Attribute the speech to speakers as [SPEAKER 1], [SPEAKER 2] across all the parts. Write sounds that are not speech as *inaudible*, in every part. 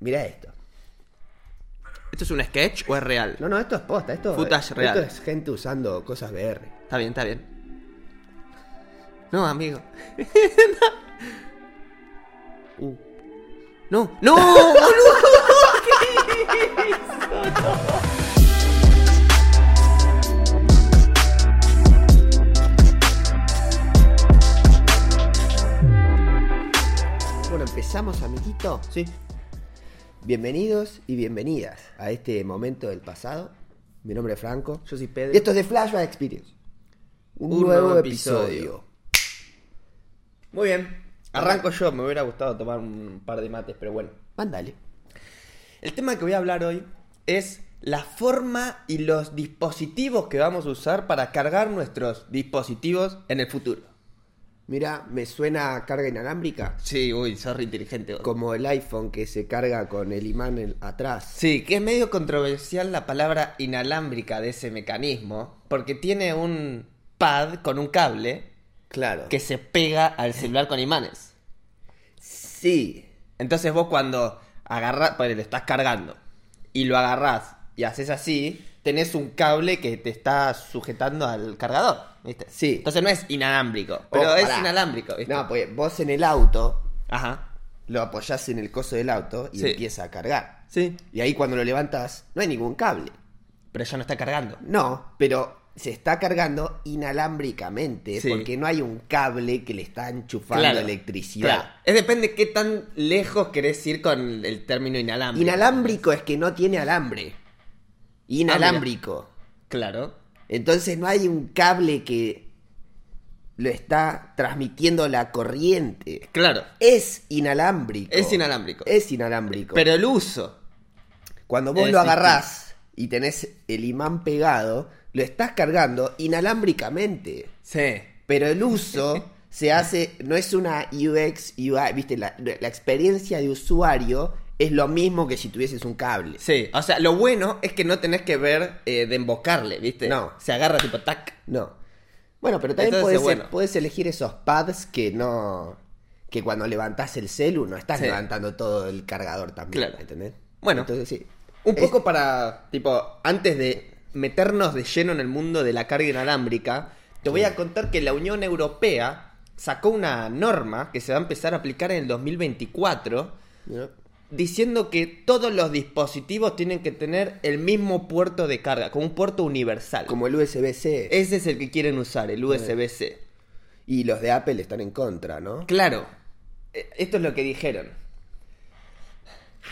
[SPEAKER 1] Mira esto.
[SPEAKER 2] ¿Esto es un sketch o es real?
[SPEAKER 1] No, no, esto es posta, esto,
[SPEAKER 2] Footage real.
[SPEAKER 1] esto es gente usando cosas VR.
[SPEAKER 2] Está bien, está bien. No, amigo. *laughs*
[SPEAKER 1] Uh.
[SPEAKER 2] No, no, boludo.
[SPEAKER 1] Bueno, empezamos, amiguito.
[SPEAKER 2] Sí.
[SPEAKER 1] Bienvenidos y bienvenidas a este momento del pasado. Mi nombre es Franco.
[SPEAKER 2] Yo soy Pedro.
[SPEAKER 1] Y esto es de Flashback Experience. Un,
[SPEAKER 2] Un
[SPEAKER 1] nuevo,
[SPEAKER 2] nuevo
[SPEAKER 1] episodio.
[SPEAKER 2] episodio. Muy bien. Arranco yo, me hubiera gustado tomar un par de mates, pero bueno.
[SPEAKER 1] Mándale.
[SPEAKER 2] El tema que voy a hablar hoy es la forma y los dispositivos que vamos a usar para cargar nuestros dispositivos en el futuro.
[SPEAKER 1] Mira, me suena a carga inalámbrica.
[SPEAKER 2] *laughs* Sí, uy, sorry inteligente. vos.
[SPEAKER 1] Como el iPhone que se carga con el imán en- atrás.
[SPEAKER 2] Sí, que es medio controversial la palabra inalámbrica de ese mecanismo, porque tiene un pad con un cable
[SPEAKER 1] Claro.
[SPEAKER 2] que se pega al celular con imanes.
[SPEAKER 1] sí.
[SPEAKER 2] Entonces vos cuando agarras, pues lo estás cargando y lo agarrás y haces así, tenés un cable que te está sujetando al cargador, ¿viste?
[SPEAKER 1] Sí.
[SPEAKER 2] Entonces no es inalámbrico, pero
[SPEAKER 1] Oh,
[SPEAKER 2] es
[SPEAKER 1] pará.
[SPEAKER 2] inalámbrico, ¿viste?
[SPEAKER 1] No, pues vos en el auto
[SPEAKER 2] Ajá.
[SPEAKER 1] lo apoyás en el coso del auto y
[SPEAKER 2] Sí.
[SPEAKER 1] empieza a cargar.
[SPEAKER 2] Sí.
[SPEAKER 1] Y ahí cuando lo levantas no hay ningún cable.
[SPEAKER 2] Pero ya no está cargando.
[SPEAKER 1] No, pero se está cargando inalámbricamente
[SPEAKER 2] Sí.
[SPEAKER 1] porque no hay un cable que le está enchufando
[SPEAKER 2] Claro,
[SPEAKER 1] electricidad.
[SPEAKER 2] claro. Es depende qué tan lejos querés ir con el término inalámbrico.
[SPEAKER 1] Inalámbrico es que no tiene alambre. Inalámbrico.
[SPEAKER 2] Claro.
[SPEAKER 1] Entonces no hay un cable que lo está transmitiendo la corriente.
[SPEAKER 2] Claro.
[SPEAKER 1] Es inalámbrico.
[SPEAKER 2] Es inalámbrico.
[SPEAKER 1] Es inalámbrico.
[SPEAKER 2] Pero el uso.
[SPEAKER 1] Cuando vos
[SPEAKER 2] Es
[SPEAKER 1] lo agarrás y tenés el imán pegado, lo estás cargando inalámbricamente.
[SPEAKER 2] Sí.
[SPEAKER 1] Pero el
[SPEAKER 2] *laughs*
[SPEAKER 1] uso se hace, no es una UX, UI, viste, la, la experiencia de usuario es lo mismo que si tuvieses un cable.
[SPEAKER 2] Sí. O sea, lo bueno es que no tenés que ver eh, de embocarle, ¿viste?
[SPEAKER 1] No.
[SPEAKER 2] Se agarra tipo tac.
[SPEAKER 1] No. Bueno, pero también
[SPEAKER 2] Entonces,
[SPEAKER 1] podés,
[SPEAKER 2] bueno.
[SPEAKER 1] podés elegir esos pads que no. que cuando levantás el celu no estás
[SPEAKER 2] Sí.
[SPEAKER 1] levantando todo el cargador también.
[SPEAKER 2] Claro.
[SPEAKER 1] ¿Entendés?
[SPEAKER 2] Bueno.
[SPEAKER 1] Entonces sí.
[SPEAKER 2] Un
[SPEAKER 1] Es-
[SPEAKER 2] poco para, tipo, antes de meternos de lleno en el mundo de la carga inalámbrica, te voy a contar que la Unión Europea sacó una norma que se va a empezar a aplicar en el 2024
[SPEAKER 1] ¿no?
[SPEAKER 2] diciendo que todos los dispositivos tienen que tener el mismo puerto de carga, como un puerto universal.
[SPEAKER 1] Como el USB-C.
[SPEAKER 2] Ese es el que quieren usar, el USB-C.
[SPEAKER 1] Y los de Apple están en contra, ¿no?
[SPEAKER 2] Claro, eh, esto es lo que dijeron.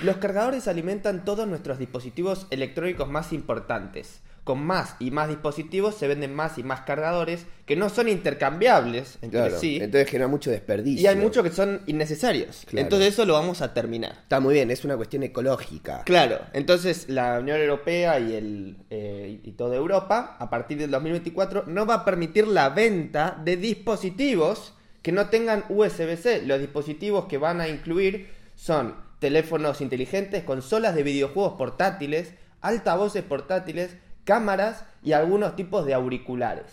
[SPEAKER 2] Los cargadores alimentan todos nuestros dispositivos electrónicos más importantes. Con más y más dispositivos se venden más y más cargadores que no son intercambiables entre
[SPEAKER 1] Claro.
[SPEAKER 2] sí.
[SPEAKER 1] Entonces genera mucho desperdicio.
[SPEAKER 2] y hay muchos que son innecesarios.
[SPEAKER 1] Claro.
[SPEAKER 2] Entonces eso lo vamos a terminar.
[SPEAKER 1] Está muy bien, es una cuestión ecológica.
[SPEAKER 2] Claro, entonces la Unión Europea y, el, eh, y toda Europa, a partir del 2024, no va a permitir la venta de dispositivos que no tengan USB-C. Los dispositivos que van a incluir son teléfonos inteligentes, consolas de videojuegos portátiles, altavoces portátiles, cámaras y algunos tipos de auriculares.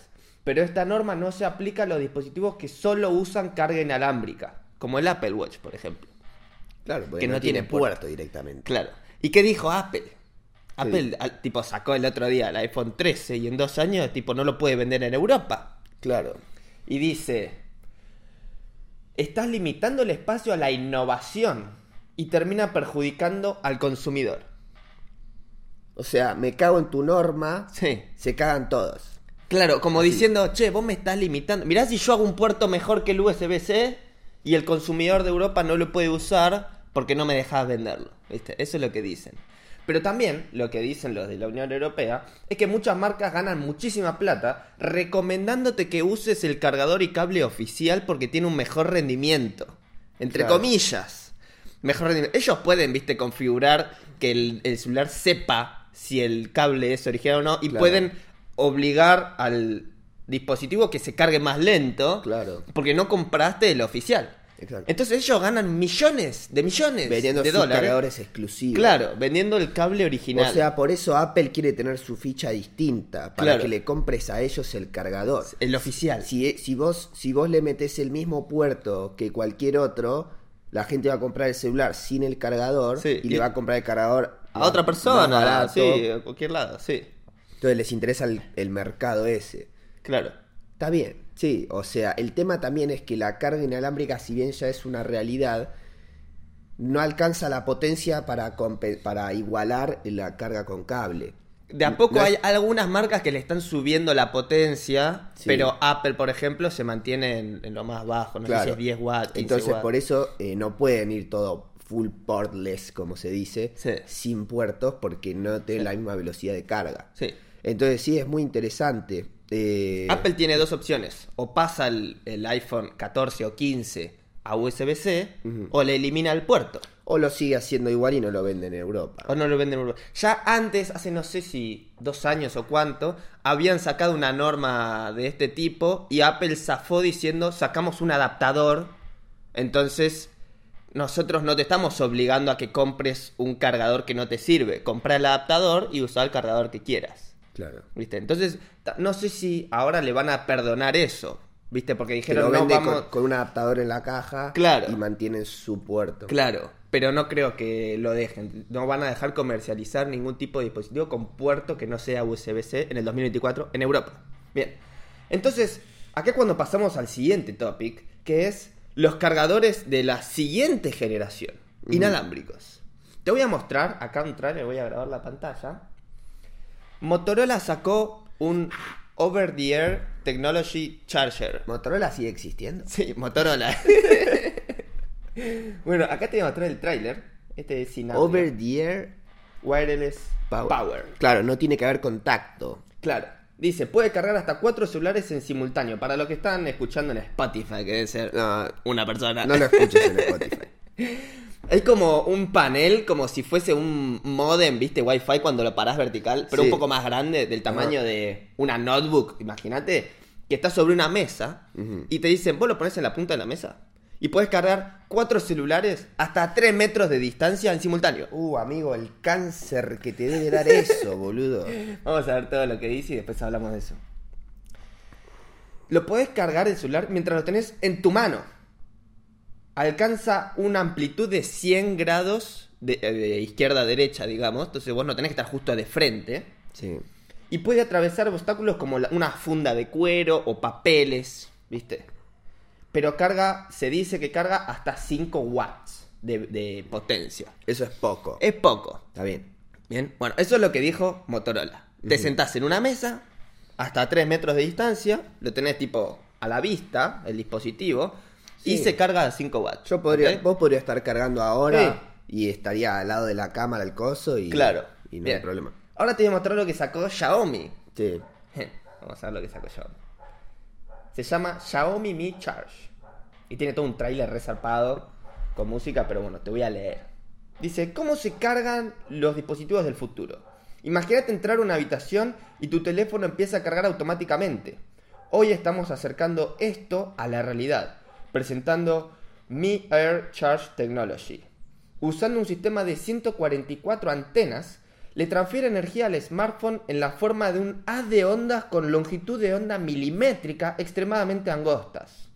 [SPEAKER 2] Pero esta norma no se aplica a los dispositivos que solo usan carga inalámbrica, como el Apple Watch, por ejemplo.
[SPEAKER 1] Claro, porque
[SPEAKER 2] Que
[SPEAKER 1] no,
[SPEAKER 2] no
[SPEAKER 1] tiene
[SPEAKER 2] tiene
[SPEAKER 1] puerto,
[SPEAKER 2] puerto.
[SPEAKER 1] directamente.
[SPEAKER 2] Claro. ¿Y qué dijo Apple? Apple, al- tipo, sacó el otro día el iPhone 13 y en dos años, tipo, no lo puede vender en Europa.
[SPEAKER 1] Claro.
[SPEAKER 2] Y dice, estás limitando el espacio a la innovación y termina perjudicando al consumidor.
[SPEAKER 1] O sea, me cago en tu norma,
[SPEAKER 2] Sí.
[SPEAKER 1] se cagan todos.
[SPEAKER 2] Claro, como diciendo, che, vos me estás limitando. Mirá si yo hago un puerto mejor que el USB-C y el consumidor de Europa no lo puede usar porque no me dejas venderlo. ¿Viste? Eso es lo que dicen. Pero también lo que dicen los de la Unión Europea es que muchas marcas ganan muchísima plata recomendándote que uses el cargador y cable oficial porque tiene un mejor rendimiento. Entre
[SPEAKER 1] Claro.
[SPEAKER 2] comillas. Mejor rendimiento. Ellos pueden, viste, configurar que el, el celular sepa si el cable es original o no y
[SPEAKER 1] Claro.
[SPEAKER 2] pueden obligar al dispositivo que se cargue más lento.
[SPEAKER 1] Claro.
[SPEAKER 2] Porque no compraste el oficial.
[SPEAKER 1] Exacto.
[SPEAKER 2] Entonces ellos ganan millones de millones
[SPEAKER 1] Vendiendo
[SPEAKER 2] de
[SPEAKER 1] sus
[SPEAKER 2] dólares.
[SPEAKER 1] cargadores exclusivos.
[SPEAKER 2] Claro, vendiendo el cable
[SPEAKER 1] O
[SPEAKER 2] original.
[SPEAKER 1] sea, por eso Apple quiere tener su ficha distinta, para
[SPEAKER 2] Claro.
[SPEAKER 1] que le compres a ellos el cargador. eh,
[SPEAKER 2] el oficial.
[SPEAKER 1] Si, si, vos, si vos le metés el mismo puerto que cualquier otro, la gente va a comprar el celular sin el cargador
[SPEAKER 2] Sí,
[SPEAKER 1] y,
[SPEAKER 2] y-
[SPEAKER 1] le va a comprar el cargador
[SPEAKER 2] A
[SPEAKER 1] más-
[SPEAKER 2] otra
[SPEAKER 1] más
[SPEAKER 2] persona, ah,
[SPEAKER 1] barato.
[SPEAKER 2] sí, a cualquier lado, sí.
[SPEAKER 1] Entonces les interesa el, el mercado ese.
[SPEAKER 2] Claro.
[SPEAKER 1] Está bien, sí. O sea, el tema también es que la carga inalámbrica, si bien ya es una realidad, no alcanza la potencia para, compe- para igualar la carga con cable.
[SPEAKER 2] De a poco
[SPEAKER 1] No es-
[SPEAKER 2] hay algunas marcas que le están subiendo la potencia,
[SPEAKER 1] Sí.
[SPEAKER 2] pero Apple, por ejemplo, se mantiene en, en lo más bajo, no sé si
[SPEAKER 1] Claro.
[SPEAKER 2] es 10 watts. 15
[SPEAKER 1] Entonces,
[SPEAKER 2] watts.
[SPEAKER 1] por eso eh, no pueden ir todo full portless, como se dice,
[SPEAKER 2] Sí.
[SPEAKER 1] sin puertos, porque no tienen la misma velocidad de carga.
[SPEAKER 2] Sí.
[SPEAKER 1] Entonces, sí, es muy interesante. Eh,
[SPEAKER 2] Apple tiene dos opciones. O pasa el, el iPhone 14 o 15 a USB-C, o le elimina el puerto.
[SPEAKER 1] O lo sigue haciendo igual y no lo venden en Europa.
[SPEAKER 2] O no lo venden en Uruguay. Ya antes, hace no sé si dos años o cuánto, habían sacado una norma de este tipo y Apple zafó diciendo, sacamos un adaptador, entonces nosotros no te estamos obligando a que compres un cargador que no te sirve. Compra el adaptador y usa el cargador que quieras.
[SPEAKER 1] Claro.
[SPEAKER 2] ¿Viste? Entonces, ta- no sé si ahora le van a perdonar eso. ¿Viste? Porque
[SPEAKER 1] Que lo
[SPEAKER 2] dijeron, no
[SPEAKER 1] vende
[SPEAKER 2] vamos...
[SPEAKER 1] con, con un adaptador en la caja
[SPEAKER 2] Claro.
[SPEAKER 1] y mantienen su puerto.
[SPEAKER 2] Claro, pero no creo que lo dejen. No van a dejar comercializar ningún tipo de dispositivo con puerto que no sea USB-C en el 2024 en Europa. Bien. Entonces, acá cuando pasamos al siguiente topic, que es los cargadores de la siguiente generación, inalámbricos. Te voy a mostrar, acá un le voy a grabar la pantalla. Motorola sacó un Over the Air Technology Charger.
[SPEAKER 1] ¿Motorola sigue existiendo?
[SPEAKER 2] Sí,
[SPEAKER 1] *laughs*
[SPEAKER 2] Motorola. bueno, acá te voy a mostrar el tráiler. Este es sin audio.
[SPEAKER 1] Over the air
[SPEAKER 2] Wireless Power.
[SPEAKER 1] power. Claro, no tiene que haber contacto.
[SPEAKER 2] Claro. Dice, puede cargar hasta cuatro celulares en simultáneo. Para los que están escuchando en Spotify, que debe ser
[SPEAKER 1] No,
[SPEAKER 2] una persona.
[SPEAKER 1] no lo escuches en Spotify.
[SPEAKER 2] Es como un panel, como si fuese un modem, ¿viste? Wi-Fi cuando lo parás vertical, pero
[SPEAKER 1] Sí.
[SPEAKER 2] un poco más grande, del tamaño de una notebook, imagínate, que está sobre una mesa y te dicen, vos lo pones en la punta de la mesa y puedes cargar cuatro celulares hasta tres metros de distancia en simultáneo.
[SPEAKER 1] *laughs* Uh, amigo, el cáncer que te debe *laughs* dar eso, boludo.
[SPEAKER 2] Vamos a ver todo lo que dice y después hablamos de eso. Lo podés cargar el celular mientras lo tenés en tu mano. Alcanza una amplitud de 100 grados de, eh, de izquierda a derecha, digamos. Entonces vos no tenés que estar justo de frente.
[SPEAKER 1] Sí.
[SPEAKER 2] Y puede atravesar obstáculos como la- una funda de cuero o papeles, ¿viste? Pero carga, se dice que carga hasta 5 watts de, de potencia.
[SPEAKER 1] Eso es poco.
[SPEAKER 2] Es poco,
[SPEAKER 1] Está bien.
[SPEAKER 2] Bien, bueno, eso es lo que dijo Motorola. Te sentás en una mesa, hasta 3 metros de distancia, lo tenés tipo a la vista, el dispositivo, y
[SPEAKER 1] Sí.
[SPEAKER 2] se carga a 5 watts.
[SPEAKER 1] Yo podría,
[SPEAKER 2] ¿ok?
[SPEAKER 1] vos podrías estar cargando ahora y estaría al lado de la cámara el coso y,
[SPEAKER 2] Claro.
[SPEAKER 1] y no
[SPEAKER 2] Bien.
[SPEAKER 1] hay problema.
[SPEAKER 2] Ahora te voy a mostrar lo que sacó Xiaomi. *laughs*
[SPEAKER 1] Sí.
[SPEAKER 2] Vamos a ver lo que sacó Xiaomi. Se llama Xiaomi Mi Charge. Y tiene todo un tráiler resarpado con música, pero bueno, te voy a leer. Dice, ¿cómo se cargan los dispositivos del futuro? Imagínate entrar a una habitación y tu teléfono empieza a cargar automáticamente. Hoy estamos acercando esto a la realidad, presentando Mi Air Charge Technology. Usando un sistema de 144 antenas, le transfiere energía al smartphone en la forma de un haz de ondas con longitud de onda milimétrica extremadamente angostas.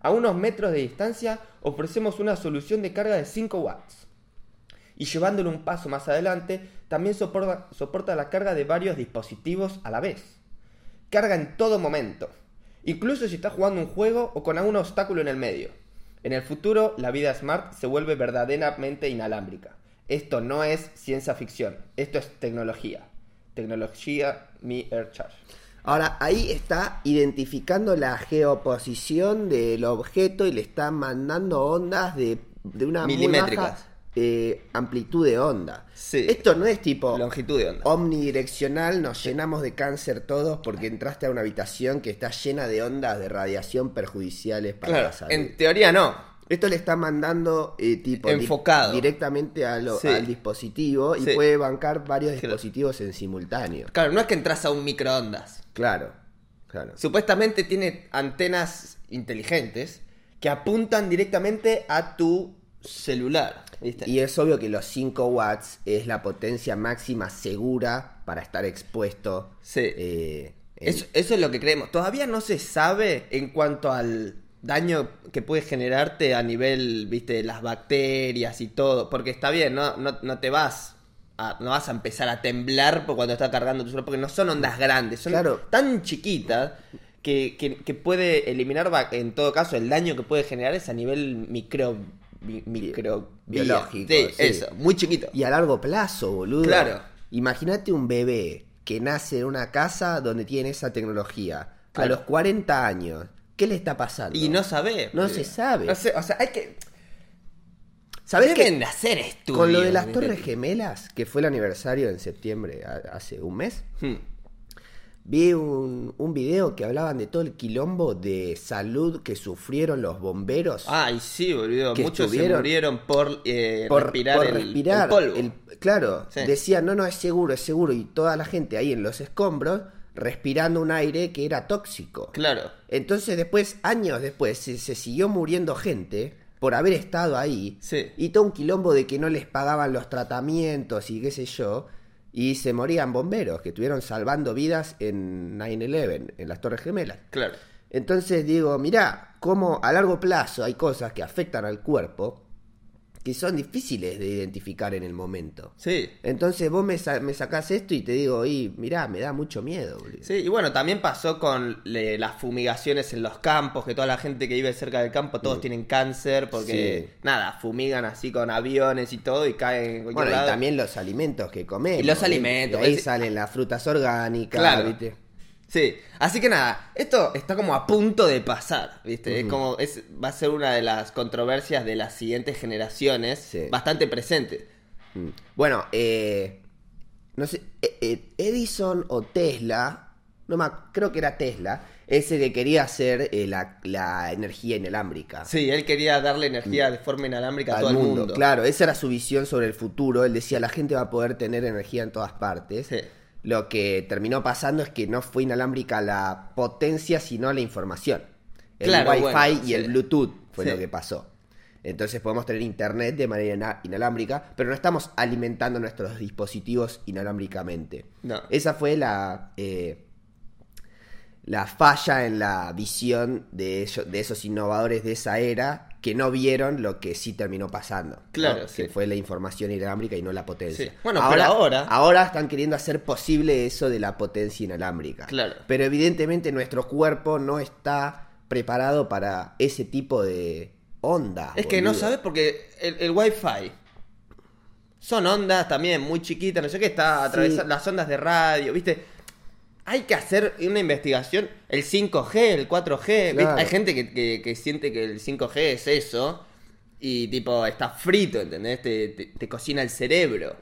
[SPEAKER 2] A unos metros de distancia ofrecemos una solución de carga de 5 watts. Y llevándolo un paso más adelante, también soporta, soporta la carga de varios dispositivos a la vez. Carga en todo momento, incluso si estás jugando un juego o con algún obstáculo en el medio. En el futuro, la vida smart se vuelve verdaderamente inalámbrica. Esto no es ciencia ficción, esto es tecnología. Tecnología Mi Air Charge.
[SPEAKER 1] Ahora, ahí está identificando la geoposición del objeto y le está mandando ondas de, de una muy
[SPEAKER 2] Milimétricas.
[SPEAKER 1] baja, eh, amplitud de onda.
[SPEAKER 2] Sí.
[SPEAKER 1] Esto no es tipo
[SPEAKER 2] Longitud de onda.
[SPEAKER 1] omnidireccional, nos llenamos de cáncer todos porque entraste a una habitación que está llena de ondas de radiación perjudiciales para
[SPEAKER 2] Claro,
[SPEAKER 1] la salud.
[SPEAKER 2] en teoría no.
[SPEAKER 1] Esto le está mandando eh, tipo di-
[SPEAKER 2] Enfocado.
[SPEAKER 1] directamente a lo-
[SPEAKER 2] Sí.
[SPEAKER 1] al dispositivo y
[SPEAKER 2] Sí.
[SPEAKER 1] puede bancar varios
[SPEAKER 2] Claro.
[SPEAKER 1] dispositivos en simultáneo.
[SPEAKER 2] Claro, no es que entras a un microondas.
[SPEAKER 1] Claro, claro.
[SPEAKER 2] Supuestamente tiene antenas inteligentes que apuntan directamente a tu celular. ¿viste?
[SPEAKER 1] Y es obvio que los 5 watts es la potencia máxima segura para estar expuesto.
[SPEAKER 2] Sí.
[SPEAKER 1] eh, en-
[SPEAKER 2] Eso, eso es lo que creemos. Todavía no se sabe en cuanto al daño que puede generarte a nivel, viste, las bacterias y todo. Porque está bien, no, no, no te vas. A, no vas a empezar a temblar por cuando está cargando tu celular, porque no son ondas grandes, son
[SPEAKER 1] Claro.
[SPEAKER 2] tan chiquitas que, que- que puede eliminar, va- en todo caso, el daño que puede generar es a nivel micro, mi- microbiológico.
[SPEAKER 1] biológico, sí.
[SPEAKER 2] eso, muy chiquito.
[SPEAKER 1] Y a largo plazo, boludo.
[SPEAKER 2] Claro.
[SPEAKER 1] Imagínate un bebé que nace en una casa donde tiene esa tecnología. A
[SPEAKER 2] Claro.
[SPEAKER 1] los 40 años. ¿Qué le está pasando?
[SPEAKER 2] Y no sabe.
[SPEAKER 1] No
[SPEAKER 2] boludo.
[SPEAKER 1] se sabe.
[SPEAKER 2] No sé, o sea, hay que.
[SPEAKER 1] ¿Sabés
[SPEAKER 2] Deben
[SPEAKER 1] qué?
[SPEAKER 2] de hacer estudios.
[SPEAKER 1] Con lo de las
[SPEAKER 2] ¿viste?
[SPEAKER 1] Torres Gemelas, que fue el aniversario en septiembre, a- hace un mes,
[SPEAKER 2] Hmm.
[SPEAKER 1] vi un, un video que hablaban de todo el quilombo de salud que sufrieron los bomberos
[SPEAKER 2] Ay, sí, boludo.
[SPEAKER 1] Que
[SPEAKER 2] Muchos se
[SPEAKER 1] estuvieron-
[SPEAKER 2] murieron por, eh,
[SPEAKER 1] por
[SPEAKER 2] respirar,
[SPEAKER 1] por
[SPEAKER 2] el,
[SPEAKER 1] respirar
[SPEAKER 2] el polvo.
[SPEAKER 1] el- claro,
[SPEAKER 2] Sí.
[SPEAKER 1] decían, no, no, es seguro, es seguro, y toda la gente ahí en los escombros respirando un aire que era tóxico.
[SPEAKER 2] Claro.
[SPEAKER 1] Entonces después, años después, se, se siguió muriendo gente por haber estado ahí.
[SPEAKER 2] Sí.
[SPEAKER 1] Y todo un quilombo de que no les pagaban los tratamientos y qué sé yo. Y se morían bomberos que estuvieron salvando vidas en 9-11, en las Torres Gemelas.
[SPEAKER 2] Claro.
[SPEAKER 1] Entonces digo, mirá, como a largo plazo hay cosas que afectan al cuerpo que son difíciles de identificar en el momento.
[SPEAKER 2] Sí.
[SPEAKER 1] Entonces vos me, sa- me sacás esto y te digo, y mirá, me da mucho miedo, boludo.
[SPEAKER 2] Sí, y bueno, también pasó con le- las fumigaciones en los campos, que toda la gente que vive cerca del campo, todos tienen cáncer, porque
[SPEAKER 1] Mm. Sí.
[SPEAKER 2] nada, fumigan así con aviones y todo y caen en cualquier
[SPEAKER 1] Bueno, y
[SPEAKER 2] lado.
[SPEAKER 1] también los alimentos que comemos.
[SPEAKER 2] Y los
[SPEAKER 1] ¿viste?
[SPEAKER 2] alimentos,
[SPEAKER 1] Ahí
[SPEAKER 2] es-
[SPEAKER 1] salen las frutas orgánicas,
[SPEAKER 2] Claro.
[SPEAKER 1] ¿viste?
[SPEAKER 2] Sí, así que nada, esto está como a punto de pasar, ¿viste? Es como, es, va a ser una de las controversias de las siguientes generaciones,
[SPEAKER 1] Sí.
[SPEAKER 2] bastante presente.
[SPEAKER 1] Mm. Bueno, eh, no sé, eh, eh, Edison o Tesla, no me ac- creo que era Tesla, ese que quería hacer eh, la, la energía inalámbrica.
[SPEAKER 2] Sí, él quería darle energía de forma inalámbrica a todo
[SPEAKER 1] al mundo.
[SPEAKER 2] el mundo.
[SPEAKER 1] Claro, esa era su visión sobre el futuro. Él decía, la gente va a poder tener energía en todas partes.
[SPEAKER 2] Sí.
[SPEAKER 1] Lo que terminó pasando es que no fue inalámbrica la potencia, sino la información. El
[SPEAKER 2] Claro,
[SPEAKER 1] Wi-Fi
[SPEAKER 2] bueno,
[SPEAKER 1] y
[SPEAKER 2] sí.
[SPEAKER 1] el Bluetooth fue
[SPEAKER 2] Sí.
[SPEAKER 1] lo que pasó. Entonces podemos tener internet de manera ina- inalámbrica, pero no estamos alimentando nuestros dispositivos inalámbricamente.
[SPEAKER 2] No.
[SPEAKER 1] Esa fue la, eh, la falla en la visión de, ello- de esos innovadores de esa era que no vieron lo que sí terminó pasando. ¿no?
[SPEAKER 2] Claro,
[SPEAKER 1] Que
[SPEAKER 2] sí.
[SPEAKER 1] fue la información inalámbrica y no la potencia.
[SPEAKER 2] Sí. Bueno, pero ahora-
[SPEAKER 1] Ahora están queriendo hacer posible eso de la potencia inalámbrica.
[SPEAKER 2] Claro.
[SPEAKER 1] Pero evidentemente nuestro cuerpo no está preparado para ese tipo de onda.
[SPEAKER 2] Es que no
[SPEAKER 1] boludo.
[SPEAKER 2] sabes porque el, el Wi-Fi son ondas también muy chiquitas, no sé qué, está atravesando las ondas de radio, ¿viste? Hay que hacer una investigación. El 5G, el 4G. ¿viste?
[SPEAKER 1] Claro.
[SPEAKER 2] Hay gente que, que- que siente que el 5G es eso. Y tipo, está frito, ¿entendés? Te, te- te cocina el cerebro.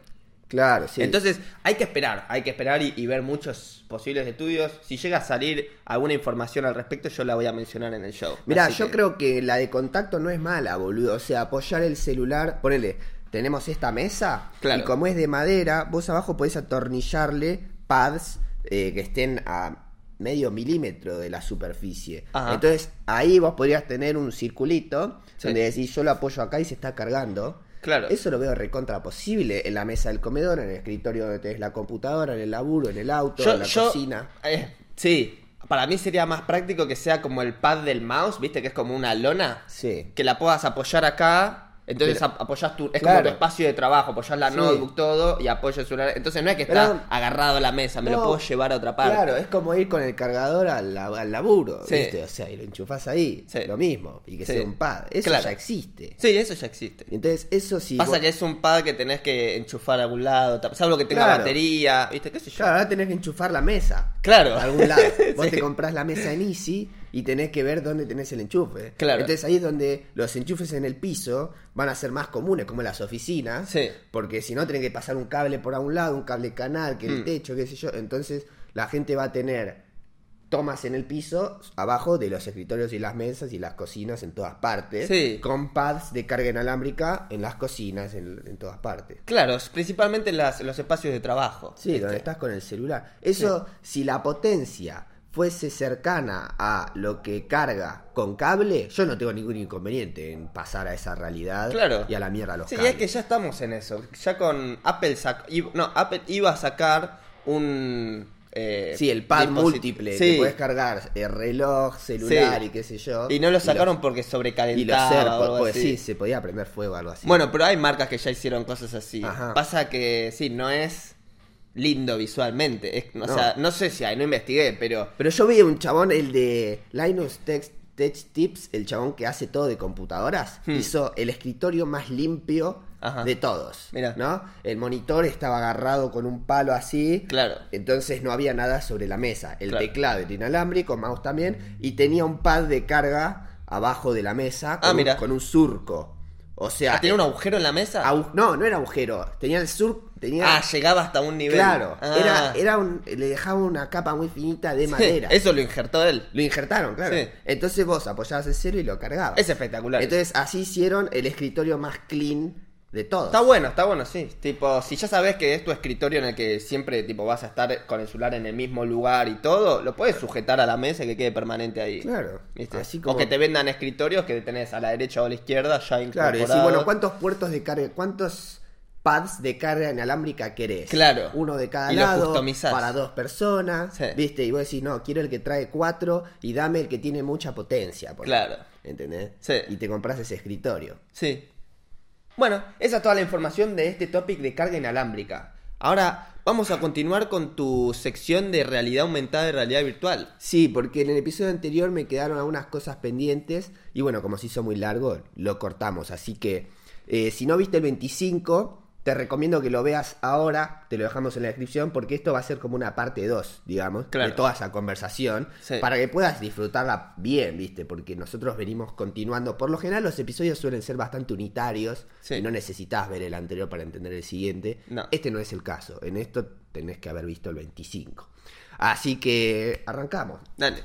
[SPEAKER 1] Claro, sí.
[SPEAKER 2] Entonces, hay que esperar. Hay que esperar y, y ver muchos posibles estudios. Si llega a salir alguna información al respecto, yo la voy a mencionar en el show.
[SPEAKER 1] Mirá,
[SPEAKER 2] Así
[SPEAKER 1] yo
[SPEAKER 2] que-
[SPEAKER 1] creo que la de contacto no es mala, boludo. O sea, apoyar el celular. Ponele, tenemos esta mesa.
[SPEAKER 2] Claro.
[SPEAKER 1] Y como es de madera, vos abajo podés atornillarle pads eh, que estén a medio milímetro de la superficie.
[SPEAKER 2] Ajá.
[SPEAKER 1] Entonces, ahí vos podrías tener un circulito
[SPEAKER 2] Sí.
[SPEAKER 1] donde decís, yo lo apoyo acá y se está cargando.
[SPEAKER 2] Claro.
[SPEAKER 1] Eso lo veo recontra posible en la mesa del comedor, en el escritorio donde tenés la computadora, en el laburo, en el auto, en la cocina.
[SPEAKER 2] eh, sí, para mí sería más práctico que sea como el pad del mouse, ¿viste? Que es como una lona.
[SPEAKER 1] Sí.
[SPEAKER 2] Que la puedas apoyar acá. Entonces
[SPEAKER 1] Pero-
[SPEAKER 2] ap- apoyas tu. Es
[SPEAKER 1] Claro.
[SPEAKER 2] como tu espacio de trabajo. Apoyas la
[SPEAKER 1] Sí.
[SPEAKER 2] notebook, todo. Y apoyas el celular. Entonces no es que está
[SPEAKER 1] Pero-
[SPEAKER 2] agarrado a la mesa. Me
[SPEAKER 1] No,
[SPEAKER 2] lo puedo llevar a otra parte.
[SPEAKER 1] Claro, es como ir con el cargador al, la- al laburo,
[SPEAKER 2] Sí.
[SPEAKER 1] ¿viste? O sea, y lo enchufás ahí,
[SPEAKER 2] Sí.
[SPEAKER 1] lo mismo, y que
[SPEAKER 2] Sí.
[SPEAKER 1] sea un pad. Eso
[SPEAKER 2] Claro.
[SPEAKER 1] ya existe.
[SPEAKER 2] Sí, eso ya existe.
[SPEAKER 1] Entonces, eso sí.
[SPEAKER 2] Pasa
[SPEAKER 1] vos-
[SPEAKER 2] que es un pad que tenés que enchufar a algún lado. tap- Salvo que tenga
[SPEAKER 1] Claro.
[SPEAKER 2] batería. ¿Viste? ¿Qué sé yo?
[SPEAKER 1] Claro, ahora tenés que enchufar la mesa.
[SPEAKER 2] Claro.
[SPEAKER 1] A algún lado. Vos
[SPEAKER 2] *laughs* Sí.
[SPEAKER 1] te comprás la mesa en Easy y tenés que ver dónde tenés el enchufe.
[SPEAKER 2] Claro.
[SPEAKER 1] Entonces ahí es donde los enchufes en el piso van a ser más comunes, como en las oficinas.
[SPEAKER 2] Sí.
[SPEAKER 1] Porque si no, tienen que pasar un cable por a un lado, un cable canal, que el
[SPEAKER 2] Mm.
[SPEAKER 1] techo, qué sé yo. Entonces la gente va a tener tomas en el piso, abajo de los escritorios y las mesas y las cocinas en todas partes.
[SPEAKER 2] Sí.
[SPEAKER 1] Con pads de carga inalámbrica en las cocinas, en- en todas partes.
[SPEAKER 2] Claro, principalmente las, los espacios de trabajo.
[SPEAKER 1] Sí,
[SPEAKER 2] ¿viste?
[SPEAKER 1] donde estás con el celular. Eso, si la potencia fuese cercana a lo que carga con cable, yo no tengo ningún inconveniente en pasar a esa realidad
[SPEAKER 2] Claro.
[SPEAKER 1] y a la mierda los
[SPEAKER 2] Sí,
[SPEAKER 1] cables.
[SPEAKER 2] es que ya estamos en eso. Ya con Apple sacó. No, Apple iba a sacar un. eh,
[SPEAKER 1] Sí, el pad
[SPEAKER 2] disposit-
[SPEAKER 1] múltiple,
[SPEAKER 2] Sí.
[SPEAKER 1] que puedes cargar el reloj, celular
[SPEAKER 2] Sí.
[SPEAKER 1] y qué sé yo.
[SPEAKER 2] Y no lo
[SPEAKER 1] los-
[SPEAKER 2] sacaron porque sobrecalentaba
[SPEAKER 1] Y los AirPods,
[SPEAKER 2] o algo
[SPEAKER 1] pues sí,
[SPEAKER 2] así.
[SPEAKER 1] se podía prender fuego o algo así.
[SPEAKER 2] Bueno, pero hay marcas que ya hicieron cosas así.
[SPEAKER 1] Ajá.
[SPEAKER 2] Pasa que sí, no es lindo visualmente. Es- o
[SPEAKER 1] No.
[SPEAKER 2] sea, no sé si hay, no investigué, pero
[SPEAKER 1] Pero yo vi un chabón, el de Linus Tech, Tech Tips, el chabón que hace todo de computadoras,
[SPEAKER 2] Hmm.
[SPEAKER 1] hizo el escritorio más limpio
[SPEAKER 2] Ajá.
[SPEAKER 1] de todos.
[SPEAKER 2] Mirá.
[SPEAKER 1] ¿No? El monitor estaba agarrado con un palo así.
[SPEAKER 2] Claro.
[SPEAKER 1] Entonces no había nada sobre la mesa. El
[SPEAKER 2] Claro.
[SPEAKER 1] teclado era inalámbrico, mouse también. Y tenía un pad de carga abajo de la mesa
[SPEAKER 2] Ah,
[SPEAKER 1] con, un-
[SPEAKER 2] mirá. Ah,
[SPEAKER 1] con un surco. O sea, eh,
[SPEAKER 2] ¿tenía un agujero en la mesa?
[SPEAKER 1] agu- no, no era agujero. Tenía el surco. Tenía...
[SPEAKER 2] Ah, llegaba hasta un nivel.
[SPEAKER 1] Claro,
[SPEAKER 2] Ah.
[SPEAKER 1] era, era un, le dejaba una capa muy finita de
[SPEAKER 2] *laughs* Sí,
[SPEAKER 1] madera.
[SPEAKER 2] Eso lo injertó él.
[SPEAKER 1] Lo injertaron, claro.
[SPEAKER 2] Sí.
[SPEAKER 1] Entonces vos apoyabas el cero y lo cargabas.
[SPEAKER 2] Es espectacular.
[SPEAKER 1] Entonces así hicieron el escritorio más clean de todos.
[SPEAKER 2] Está bueno, está bueno, sí. Tipo, si ya sabes que es tu escritorio en el que siempre tipo vas a estar con el celular en el mismo lugar y todo, lo puedes sujetar a la mesa y que quede permanente ahí.
[SPEAKER 1] Claro.
[SPEAKER 2] ¿Viste?
[SPEAKER 1] Así como-
[SPEAKER 2] O que te vendan escritorios que tenés a la derecha o a la izquierda ya
[SPEAKER 1] Claro, y
[SPEAKER 2] incorporados.
[SPEAKER 1] decís, bueno, ¿cuántos puertos de carga, cuántos pads de carga inalámbrica querés?
[SPEAKER 2] Claro.
[SPEAKER 1] Uno de cada
[SPEAKER 2] Y lo
[SPEAKER 1] lado,
[SPEAKER 2] customizás.
[SPEAKER 1] para dos personas,
[SPEAKER 2] Sí.
[SPEAKER 1] ¿viste? Y vos decís, no, quiero el que trae cuatro y dame el que tiene mucha potencia. por
[SPEAKER 2] Claro.
[SPEAKER 1] ejemplo. ¿Entendés?
[SPEAKER 2] Sí.
[SPEAKER 1] Y te compras ese escritorio.
[SPEAKER 2] Sí. Bueno, esa es toda la información de este topic de carga inalámbrica. Ahora vamos a continuar con tu sección de realidad aumentada y realidad virtual.
[SPEAKER 1] Sí, porque en el episodio anterior me quedaron algunas cosas pendientes y bueno, como se hizo muy largo, lo cortamos. Así que eh, si no viste el 25, te recomiendo que lo veas ahora, te lo dejamos en la descripción porque esto va a ser como una parte 2, digamos,
[SPEAKER 2] Claro.
[SPEAKER 1] de toda esa conversación,
[SPEAKER 2] Sí.
[SPEAKER 1] para que puedas disfrutarla bien, ¿viste? Porque nosotros venimos continuando. Por lo general los episodios suelen ser bastante unitarios
[SPEAKER 2] Sí.
[SPEAKER 1] y no necesitas ver el anterior para entender el siguiente.
[SPEAKER 2] No.
[SPEAKER 1] Este no es el caso, en esto tenés que haber visto el 25. Así que arrancamos.
[SPEAKER 2] Dale.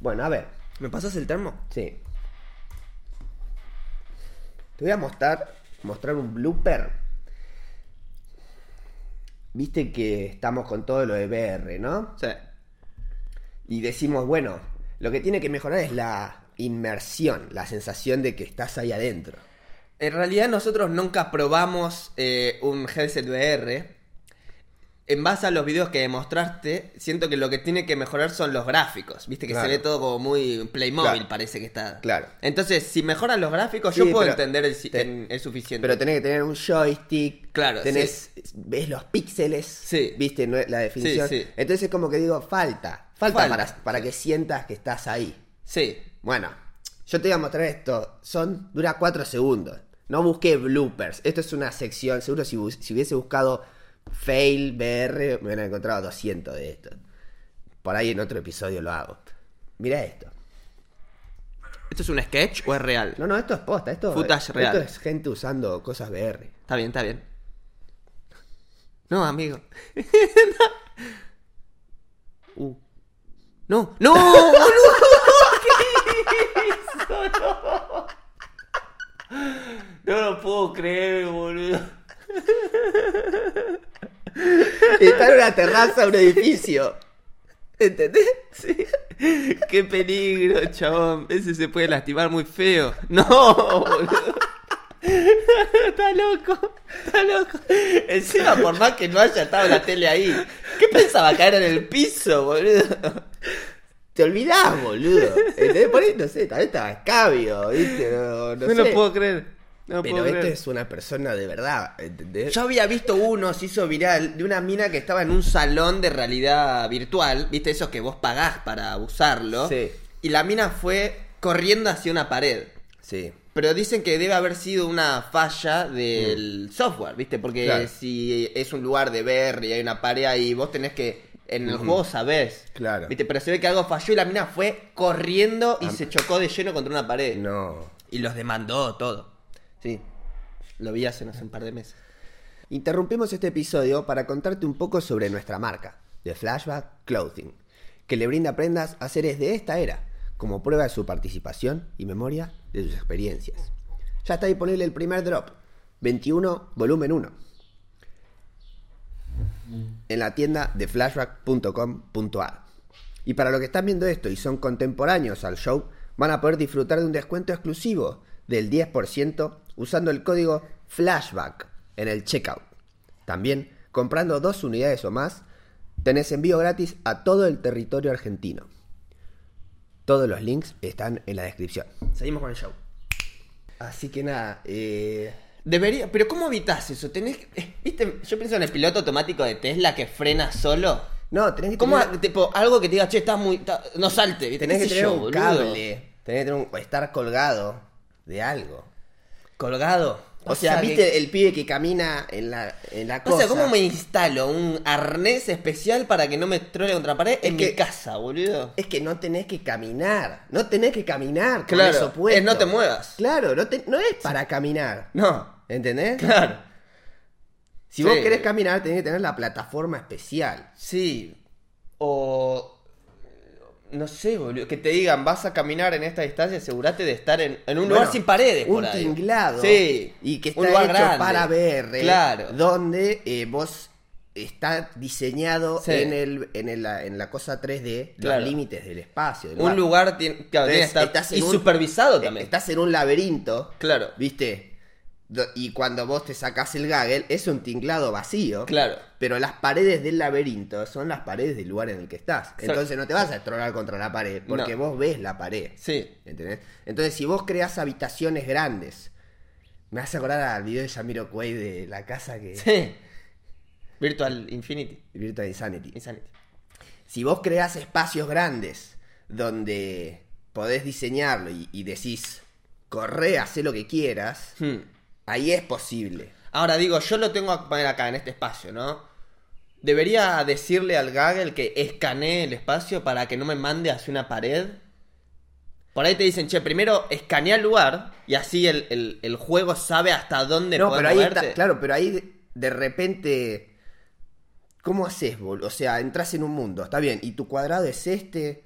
[SPEAKER 1] Bueno, a ver,
[SPEAKER 2] ¿Me pasas el termo?
[SPEAKER 1] sí. Te voy a mostrar, mostrar un blooper. Viste que estamos con todo lo de VR, ¿no?
[SPEAKER 2] Sí.
[SPEAKER 1] Y decimos, bueno, lo que tiene que mejorar es la inmersión, la sensación de que estás ahí adentro.
[SPEAKER 2] En realidad nosotros nunca probamos eh, un headset VR. En base a los videos que mostraste, siento que lo que tiene que mejorar son los gráficos. Viste que
[SPEAKER 1] Claro.
[SPEAKER 2] se ve todo como muy Playmobil,
[SPEAKER 1] Claro.
[SPEAKER 2] parece que está.
[SPEAKER 1] Claro.
[SPEAKER 2] Entonces, si mejoran los gráficos,
[SPEAKER 1] Sí,
[SPEAKER 2] yo puedo
[SPEAKER 1] pero
[SPEAKER 2] entender el, si-
[SPEAKER 1] te-
[SPEAKER 2] en- es suficiente.
[SPEAKER 1] Pero tenés que tener un joystick.
[SPEAKER 2] Claro,
[SPEAKER 1] Tenés, ves los píxeles.
[SPEAKER 2] Sí.
[SPEAKER 1] Viste no es la definición.
[SPEAKER 2] Sí, sí.
[SPEAKER 1] Entonces es como que digo, falta. Falta,
[SPEAKER 2] Falta.
[SPEAKER 1] Para, para que sientas que estás ahí.
[SPEAKER 2] Sí.
[SPEAKER 1] Bueno, yo te voy a mostrar esto. Son, dura 4 segundos. No busqué bloopers. Esto es una sección. Seguro si, bus- si hubiese buscado fail BR, me hubieran encontrado 200 de estos. Por ahí en otro episodio lo hago. Mira esto.
[SPEAKER 2] ¿Esto es un sketch o es real?
[SPEAKER 1] No, no, esto es posta. Esto,
[SPEAKER 2] Footage
[SPEAKER 1] esto
[SPEAKER 2] real.
[SPEAKER 1] es gente usando cosas BR.
[SPEAKER 2] Está bien, está bien. No, amigo. *laughs* Uh. No, no, boludo. *laughs* ¿Qué hizo? *laughs* No. No lo puedo creer, boludo.
[SPEAKER 1] Está en una terraza, un edificio.
[SPEAKER 2] ¿Entendés? Sí. *laughs* Qué peligro, chabón. Ese se puede lastimar muy feo. *laughs* No, boludo. *laughs* Está loco, está loco. Encima, por más que no haya estado la tele ahí, ¿qué pensaba caer en el piso, boludo?
[SPEAKER 1] Te olvidás, boludo. ¿Entendés? Por ahí, no sé, tal vez estaba escabio, ¿viste? No, no
[SPEAKER 2] No, lo
[SPEAKER 1] sé.
[SPEAKER 2] puedo creer. No lo
[SPEAKER 1] Pero
[SPEAKER 2] puedo
[SPEAKER 1] esto
[SPEAKER 2] creer.
[SPEAKER 1] es una persona de verdad, ¿entendés?
[SPEAKER 2] Yo había visto uno, se hizo viral, de una mina que estaba en un salón de realidad virtual, viste, esos que vos pagás para usarlo.
[SPEAKER 1] Sí.
[SPEAKER 2] Y la mina fue corriendo hacia una pared.
[SPEAKER 1] Sí.
[SPEAKER 2] Pero dicen que debe haber sido una falla del software, ¿viste? Porque
[SPEAKER 1] Mm. Claro.
[SPEAKER 2] si es un lugar de ver y hay una pared ahí, vos tenés que. En el juego sabés.
[SPEAKER 1] Claro.
[SPEAKER 2] ¿Viste? Pero se ve que algo falló y la mina fue corriendo y
[SPEAKER 1] Ah.
[SPEAKER 2] se chocó de lleno contra una pared.
[SPEAKER 1] No.
[SPEAKER 2] Y los demandó todo. Sí. Lo vi hace, hace un par de meses.
[SPEAKER 1] Interrumpimos este episodio para contarte un poco sobre nuestra marca, The Flashback Clothing, que le brinda prendas a seres de esta era, como prueba de su participación y memoria de sus experiencias. Ya está disponible el primer drop, 21, volumen 1, en la tienda de flashback.com.ar. Y para los que están viendo esto y son contemporáneos al show, van a poder disfrutar de un descuento exclusivo del 10% usando el código FLASHBACK en el checkout. También comprando dos unidades o más Tenés envío gratis a todo el territorio argentino. Todos los links están en la descripción.
[SPEAKER 2] Seguimos con el show. Así que nada, eh, debería, pero ¿cómo evitas eso? Tenés, que- viste, yo pienso en el piloto automático de Tesla que frena solo.
[SPEAKER 1] No, tenés que
[SPEAKER 2] ¿Cómo,
[SPEAKER 1] tener-
[SPEAKER 2] tipo, algo que te diga, che, estás muy, está- no salte, ¿viste?
[SPEAKER 1] Tenés
[SPEAKER 2] ¿Qué
[SPEAKER 1] que
[SPEAKER 2] sé
[SPEAKER 1] tener
[SPEAKER 2] yo,
[SPEAKER 1] un
[SPEAKER 2] boludo?
[SPEAKER 1] cable. Tenés que tener un- o estar colgado de algo.
[SPEAKER 2] Colgado.
[SPEAKER 1] O, sea,
[SPEAKER 2] que-
[SPEAKER 1] viste el pibe que camina en la, en la cosa.
[SPEAKER 2] O sea, ¿cómo me instalo un arnés especial para que no me trole contra la pared en
[SPEAKER 1] que-
[SPEAKER 2] mi casa, boludo?
[SPEAKER 1] Es que no tenés que caminar. No tenés que caminar. con
[SPEAKER 2] Claro,
[SPEAKER 1] eso puesto.
[SPEAKER 2] es no te muevas.
[SPEAKER 1] Claro, no, te- no es para caminar.
[SPEAKER 2] No.
[SPEAKER 1] ¿Entendés?
[SPEAKER 2] Claro.
[SPEAKER 1] Si vos
[SPEAKER 2] Sí.
[SPEAKER 1] querés caminar, tenés que tener la plataforma especial.
[SPEAKER 2] Sí. O. No sé, boludo. Que te digan, vas a caminar en esta distancia, asegúrate de estar en, en un
[SPEAKER 1] Bueno,
[SPEAKER 2] lugar sin paredes.
[SPEAKER 1] Un
[SPEAKER 2] por ahí.
[SPEAKER 1] tinglado.
[SPEAKER 2] Sí.
[SPEAKER 1] Y que está
[SPEAKER 2] Un lugar
[SPEAKER 1] hecho
[SPEAKER 2] grande.
[SPEAKER 1] para ver. eh,
[SPEAKER 2] Claro.
[SPEAKER 1] Donde eh, vos está diseñado
[SPEAKER 2] Sí.
[SPEAKER 1] en, el, en, el- la, en la cosa 3D
[SPEAKER 2] Claro.
[SPEAKER 1] los límites del espacio. del
[SPEAKER 2] Un
[SPEAKER 1] lugar.
[SPEAKER 2] lugar tiene, claro, tiene que
[SPEAKER 1] Entonces,
[SPEAKER 2] estar.
[SPEAKER 1] estás en
[SPEAKER 2] y
[SPEAKER 1] un-
[SPEAKER 2] supervisado
[SPEAKER 1] Eh,
[SPEAKER 2] también.
[SPEAKER 1] Estás en un laberinto,
[SPEAKER 2] Claro.
[SPEAKER 1] ¿viste? Do- Y cuando vos te sacás el gaggle, es un tinglado vacío.
[SPEAKER 2] Claro.
[SPEAKER 1] Pero las paredes del laberinto son las paredes del lugar en el que estás. Entonces no te vas a estrolar contra la pared, porque
[SPEAKER 2] No.
[SPEAKER 1] vos ves la pared.
[SPEAKER 2] Sí.
[SPEAKER 1] ¿Entendés? Entonces, si vos creás habitaciones grandes, me hace acordar al video de Yamiro Cuey de la casa que.
[SPEAKER 2] Sí. Virtual Infinity.
[SPEAKER 1] Virtual Insanity.
[SPEAKER 2] Insanity.
[SPEAKER 1] Si vos creás espacios grandes donde podés diseñarlo y, y decís, corre, hacé lo que quieras,
[SPEAKER 2] Hmm.
[SPEAKER 1] ahí es posible.
[SPEAKER 2] Ahora digo, yo lo tengo que poner acá, en este espacio, ¿no? ¿Debería decirle al Gaggle que escanee el espacio para que no me mande hacia una pared? Por ahí te dicen, che, primero escanea el lugar y así el, el- el juego sabe hasta dónde
[SPEAKER 1] No,
[SPEAKER 2] poder
[SPEAKER 1] pero ahí
[SPEAKER 2] moverte.
[SPEAKER 1] está, claro, pero ahí de- de repente, ¿cómo haces, boludo? O sea, entras en un mundo, está bien, y tu cuadrado es este.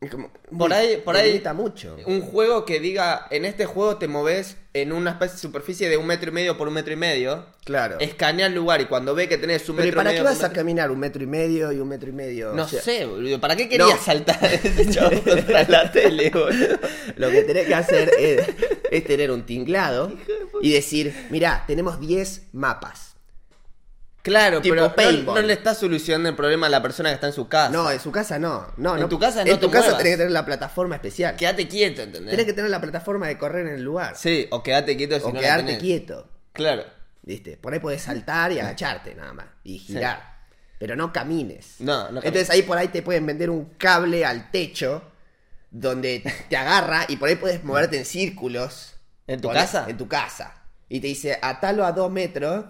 [SPEAKER 1] es como-
[SPEAKER 2] Por ahí- por ahí-
[SPEAKER 1] delimita mucho.
[SPEAKER 2] Un juego que diga, en este juego te moves en una especie de superficie de un metro y medio por un metro y medio.
[SPEAKER 1] Claro.
[SPEAKER 2] Escanea el lugar y cuando ve que tenés un
[SPEAKER 1] Pero ¿y
[SPEAKER 2] metro y
[SPEAKER 1] ¿para qué
[SPEAKER 2] medio
[SPEAKER 1] vas
[SPEAKER 2] por
[SPEAKER 1] a
[SPEAKER 2] metro-
[SPEAKER 1] caminar un metro y medio y un metro y medio?
[SPEAKER 2] No
[SPEAKER 1] O sea,
[SPEAKER 2] sé, boludo. ¿Para qué querías
[SPEAKER 1] No.
[SPEAKER 2] saltar
[SPEAKER 1] *laughs*
[SPEAKER 2] ese chabón contra la tele, boludo?
[SPEAKER 1] Lo que tenés que
[SPEAKER 2] *laughs*
[SPEAKER 1] hacer es, es tener un tinglado y decir, mirá, tenemos 10 mapas.
[SPEAKER 2] Claro,
[SPEAKER 1] Tipo
[SPEAKER 2] pero no- no,
[SPEAKER 1] paintball.
[SPEAKER 2] le está solucionando el problema a la persona que está en su casa.
[SPEAKER 1] No, en su casa no. no
[SPEAKER 2] Ah, En
[SPEAKER 1] no.
[SPEAKER 2] tu casa
[SPEAKER 1] En
[SPEAKER 2] no
[SPEAKER 1] tu
[SPEAKER 2] te
[SPEAKER 1] casa
[SPEAKER 2] muevas.
[SPEAKER 1] tenés que tener la plataforma especial.
[SPEAKER 2] Quédate quieto, ¿entendés?
[SPEAKER 1] Tenés que tener la plataforma de correr en el lugar.
[SPEAKER 2] Sí, o quédate quieto si
[SPEAKER 1] o
[SPEAKER 2] no la
[SPEAKER 1] quedarte
[SPEAKER 2] tenés.
[SPEAKER 1] quieto.
[SPEAKER 2] Claro.
[SPEAKER 1] ¿Viste? Por ahí podés saltar y agacharte nada más. Y girar. Pero no camines.
[SPEAKER 2] No, no camines.
[SPEAKER 1] Entonces ahí por ahí te pueden vender un cable al techo donde te agarra y por ahí puedes moverte en círculos.
[SPEAKER 2] Mm. ¿En tu
[SPEAKER 1] Podés-
[SPEAKER 2] casa?
[SPEAKER 1] En tu casa. Y te dice, atalo a dos metros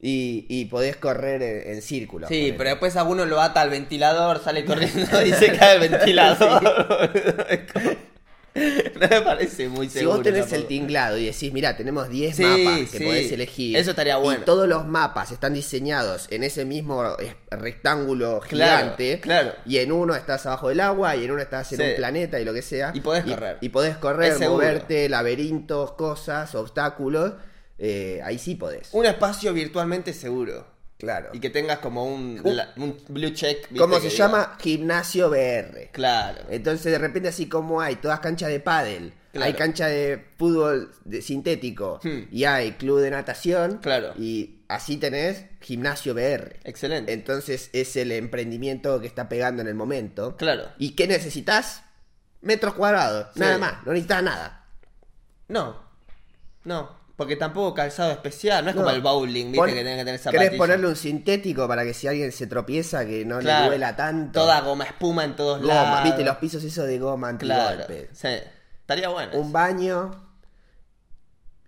[SPEAKER 1] y, y podés correr en, en círculos.
[SPEAKER 2] Sí,
[SPEAKER 1] ponele.
[SPEAKER 2] pero después a uno lo ata al ventilador,
[SPEAKER 1] *laughs*
[SPEAKER 2] sale corriendo y se cae el ventilador. Es como- *laughs* no me parece muy
[SPEAKER 1] Si
[SPEAKER 2] seguro.
[SPEAKER 1] vos tenés
[SPEAKER 2] tampoco.
[SPEAKER 1] el tinglado y decís, mira, tenemos 10
[SPEAKER 2] Sí,
[SPEAKER 1] mapas que
[SPEAKER 2] sí.
[SPEAKER 1] podés elegir.
[SPEAKER 2] Eso estaría bueno.
[SPEAKER 1] Y todos los mapas están diseñados en ese mismo eh, rectángulo
[SPEAKER 2] Claro,
[SPEAKER 1] gigante.
[SPEAKER 2] claro.
[SPEAKER 1] Y en uno estás abajo del agua y en uno estás en
[SPEAKER 2] Sí.
[SPEAKER 1] un planeta y lo que sea.
[SPEAKER 2] Y podés correr.
[SPEAKER 1] Y podés correr,
[SPEAKER 2] Es seguro.
[SPEAKER 1] moverte, laberintos, cosas, obstáculos. Eh, ahí sí podés.
[SPEAKER 2] Un espacio virtualmente seguro.
[SPEAKER 1] Claro.
[SPEAKER 2] Y que tengas como un,
[SPEAKER 1] Un-
[SPEAKER 2] la- un blue check. ¿viste?
[SPEAKER 1] Como
[SPEAKER 2] que
[SPEAKER 1] se
[SPEAKER 2] diga-
[SPEAKER 1] llama gimnasio VR.
[SPEAKER 2] Claro.
[SPEAKER 1] Entonces, de repente, así como hay todas canchas de pádel,
[SPEAKER 2] Claro.
[SPEAKER 1] hay cancha de fútbol de- sintético
[SPEAKER 2] Hmm.
[SPEAKER 1] y hay club de natación.
[SPEAKER 2] Claro.
[SPEAKER 1] Y así tenés gimnasio VR.
[SPEAKER 2] Excelente.
[SPEAKER 1] Entonces, es el emprendimiento que está pegando en el momento.
[SPEAKER 2] Claro.
[SPEAKER 1] ¿Y qué necesitas? Metros cuadrados,
[SPEAKER 2] Sí.
[SPEAKER 1] nada más, no necesitas nada.
[SPEAKER 2] No, no, porque tampoco calzado especial, no es
[SPEAKER 1] No.
[SPEAKER 2] como el bowling, viste,
[SPEAKER 1] Pon-
[SPEAKER 2] que tenés que tener zapatillas.
[SPEAKER 1] ¿Querés ponerle un sintético para que si alguien se tropieza que no
[SPEAKER 2] Claro,
[SPEAKER 1] le duela tanto?
[SPEAKER 2] Toda goma espuma en todos
[SPEAKER 1] goma,
[SPEAKER 2] lados.
[SPEAKER 1] viste, los pisos esos de goma
[SPEAKER 2] Claro,
[SPEAKER 1] antigolpe.
[SPEAKER 2] sí, estaría bueno.
[SPEAKER 1] un baño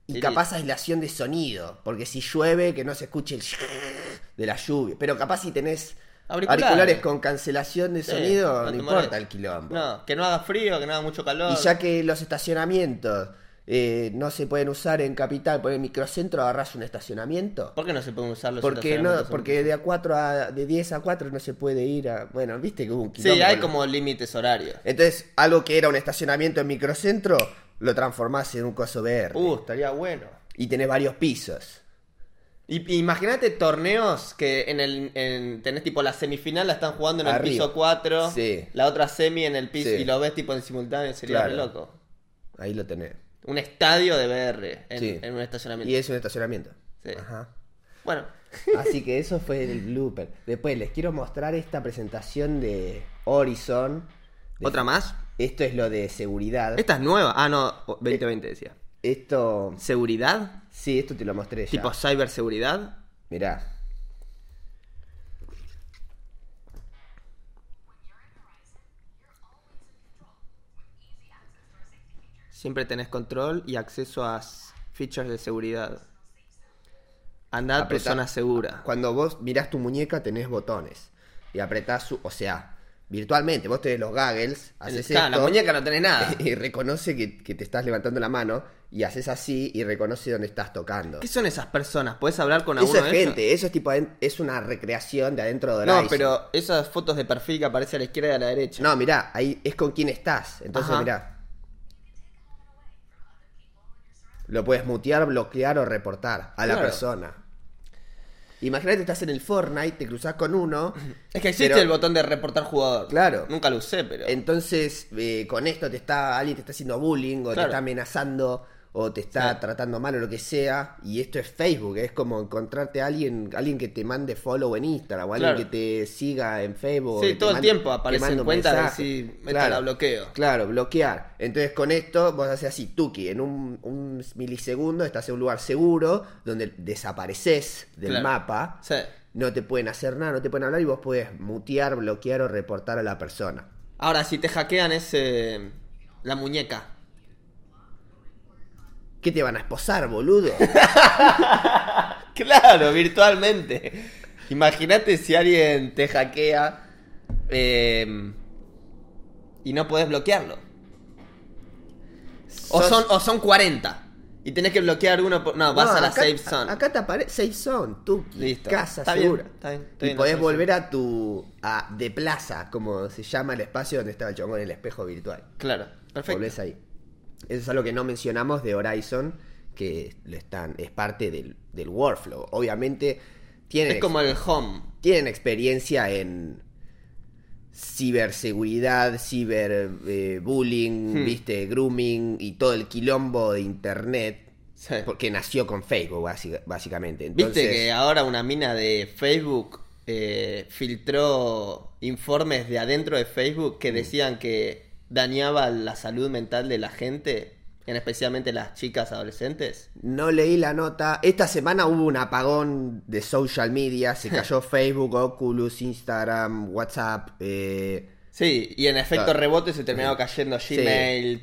[SPEAKER 1] y
[SPEAKER 2] Sí,
[SPEAKER 1] capaz aislación de sonido, porque si llueve que no se escuche el *laughs* de la lluvia, pero capaz si tenés
[SPEAKER 2] Auriculares.
[SPEAKER 1] auriculares, con cancelación de
[SPEAKER 2] Sí,
[SPEAKER 1] sonido
[SPEAKER 2] no
[SPEAKER 1] no
[SPEAKER 2] te
[SPEAKER 1] importa
[SPEAKER 2] molesta.
[SPEAKER 1] el quilombo.
[SPEAKER 2] No, que no haga frío, que no haga mucho calor.
[SPEAKER 1] Y ya que los estacionamientos eh, no se pueden usar en capital, por el microcentro agarrás un estacionamiento.
[SPEAKER 2] ¿Por qué no se pueden usar los
[SPEAKER 1] Porque no,
[SPEAKER 2] estacionamientos?
[SPEAKER 1] porque de a 4 a de 10 a 4 no se puede ir a, bueno, viste que hubo un
[SPEAKER 2] Sí,
[SPEAKER 1] quilombo
[SPEAKER 2] hay
[SPEAKER 1] con-
[SPEAKER 2] como límites horarios.
[SPEAKER 1] Entonces, algo que era un estacionamiento en microcentro lo transformás en un coso VR
[SPEAKER 2] Uh, estaría bueno.
[SPEAKER 1] y tenés varios pisos.
[SPEAKER 2] Y, imagínate torneos que en el en- tenés tipo la semifinal la están jugando en el
[SPEAKER 1] Arriba.
[SPEAKER 2] piso 4,
[SPEAKER 1] Sí.
[SPEAKER 2] la otra semi en el piso
[SPEAKER 1] Sí.
[SPEAKER 2] y lo ves tipo en simultáneo, sería
[SPEAKER 1] Claro.
[SPEAKER 2] re loco.
[SPEAKER 1] Ahí lo tenés.
[SPEAKER 2] Un estadio de VR en,
[SPEAKER 1] Sí.
[SPEAKER 2] en un estacionamiento. Eh.
[SPEAKER 1] Y es un estacionamiento.
[SPEAKER 2] Sí.
[SPEAKER 1] Ajá.
[SPEAKER 2] Bueno,
[SPEAKER 1] Así que eso fue el blooper. Después les quiero mostrar esta presentación de Horizon. De-
[SPEAKER 2] ¿Otra más?
[SPEAKER 1] Esto es lo de seguridad.
[SPEAKER 2] Esta es nueva. Ah, no, 2020 decía.
[SPEAKER 1] Esto.
[SPEAKER 2] ¿Seguridad?
[SPEAKER 1] Sí, esto te lo mostré ya.
[SPEAKER 2] ¿Tipo ciberseguridad?
[SPEAKER 1] Mirá.
[SPEAKER 2] Siempre tenés control y acceso a s- features de seguridad. Andar
[SPEAKER 1] Apretá.
[SPEAKER 2] persona segura.
[SPEAKER 1] Cuando vos mirás tu muñeca tenés botones. Y apretás su. O sea, virtualmente, vos tenés los goggles,
[SPEAKER 2] En el-
[SPEAKER 1] haces
[SPEAKER 2] claro, la
[SPEAKER 1] esto,
[SPEAKER 2] muñeca no tenés nada.
[SPEAKER 1] *laughs* y reconoce que, que te estás levantando la mano. Y haces así y reconoce dónde estás tocando.
[SPEAKER 2] ¿Qué son esas personas? ¿Puedes hablar con
[SPEAKER 1] Eso
[SPEAKER 2] alguno
[SPEAKER 1] es
[SPEAKER 2] de ellos?
[SPEAKER 1] gente, eso es tipo aden- es una recreación de adentro de
[SPEAKER 2] No,
[SPEAKER 1] Horizon.
[SPEAKER 2] pero esas fotos de perfil que aparece a la izquierda y a la derecha.
[SPEAKER 1] No, mirá, ahí es con quién estás. Entonces,
[SPEAKER 2] Ajá.
[SPEAKER 1] mirá. Lo puedes mutear, bloquear o reportar a la
[SPEAKER 2] Claro.
[SPEAKER 1] persona. Imagínate, estás en el Fortnite, te cruzás con uno.
[SPEAKER 2] Es que existe
[SPEAKER 1] pero-
[SPEAKER 2] el botón de reportar jugador.
[SPEAKER 1] Claro.
[SPEAKER 2] Nunca lo usé, pero.
[SPEAKER 1] Entonces, eh, con esto te está alguien te está haciendo bullying o te
[SPEAKER 2] Claro.
[SPEAKER 1] está amenazando o te está
[SPEAKER 2] Sí.
[SPEAKER 1] tratando mal o lo que sea. Y esto es Facebook, es como encontrarte a alguien, alguien que te mande follow en Instagram o alguien
[SPEAKER 2] Claro.
[SPEAKER 1] que te siga en Facebook.
[SPEAKER 2] Sí,
[SPEAKER 1] que te
[SPEAKER 2] todo el
[SPEAKER 1] mande-
[SPEAKER 2] tiempo
[SPEAKER 1] que
[SPEAKER 2] aparecen
[SPEAKER 1] manda un
[SPEAKER 2] cuentas de
[SPEAKER 1] mensaje.
[SPEAKER 2] decir, "Esta la bloqueo".
[SPEAKER 1] Claro, bloquear. Entonces con esto vos haces así, tuki, en un, un milisegundo estás en un lugar seguro donde desapareces del
[SPEAKER 2] Claro.
[SPEAKER 1] mapa.
[SPEAKER 2] Sí.
[SPEAKER 1] No te pueden hacer nada, no te pueden hablar y vos puedes mutear, bloquear o reportar a la persona.
[SPEAKER 2] Ahora, si te hackean es eh, la muñeca.
[SPEAKER 1] *laughs* ¿Qué te van a esposar, boludo?
[SPEAKER 2] Claro, virtualmente. *laughs* Imagínate si alguien te hackea eh, y no podés bloquearlo. O
[SPEAKER 1] Sos-
[SPEAKER 2] *laughs* son, o son 40 y tenés que bloquear uno por... No, vas
[SPEAKER 1] No,
[SPEAKER 2] a la
[SPEAKER 1] acá-
[SPEAKER 2] safe zone.
[SPEAKER 1] Acá te aparece Safe Zone, tú,
[SPEAKER 2] Listo.
[SPEAKER 1] casa
[SPEAKER 2] Está bien,
[SPEAKER 1] segura.
[SPEAKER 2] está bien, está
[SPEAKER 1] y
[SPEAKER 2] bien,
[SPEAKER 1] podés
[SPEAKER 2] está bien.
[SPEAKER 1] volver a tu. a de plaza, como se llama el espacio donde estaba el chabón, el espejo virtual.
[SPEAKER 2] Claro, perfecto.
[SPEAKER 1] Volvés ahí. Eso es algo que no mencionamos de Horizon, que lo están, es parte del, del workflow. Obviamente, tienen,
[SPEAKER 2] Es
[SPEAKER 1] ex-
[SPEAKER 2] como el home.
[SPEAKER 1] tienen experiencia en ciberseguridad, ciberbullying,
[SPEAKER 2] Hmm.
[SPEAKER 1] viste, grooming y todo el quilombo de internet. eh,
[SPEAKER 2] Sí.
[SPEAKER 1] Porque nació con Facebook, básica- básicamente. Entonces,
[SPEAKER 2] Viste que ahora una mina de Facebook eh, filtró informes de adentro de Facebook
[SPEAKER 1] Mm.
[SPEAKER 2] que decían que dañaba la salud mental de la gente, en especialmente las chicas adolescentes.
[SPEAKER 1] no leí la nota. Esta semana hubo un apagón de social media.
[SPEAKER 2] *laughs*
[SPEAKER 1] Se cayó Facebook, Oculus, Instagram, WhatsApp. eh,
[SPEAKER 2] Sí, y en efecto
[SPEAKER 1] Claro.
[SPEAKER 2] rebote se terminó cayendo
[SPEAKER 1] Sí,
[SPEAKER 2] Gmail,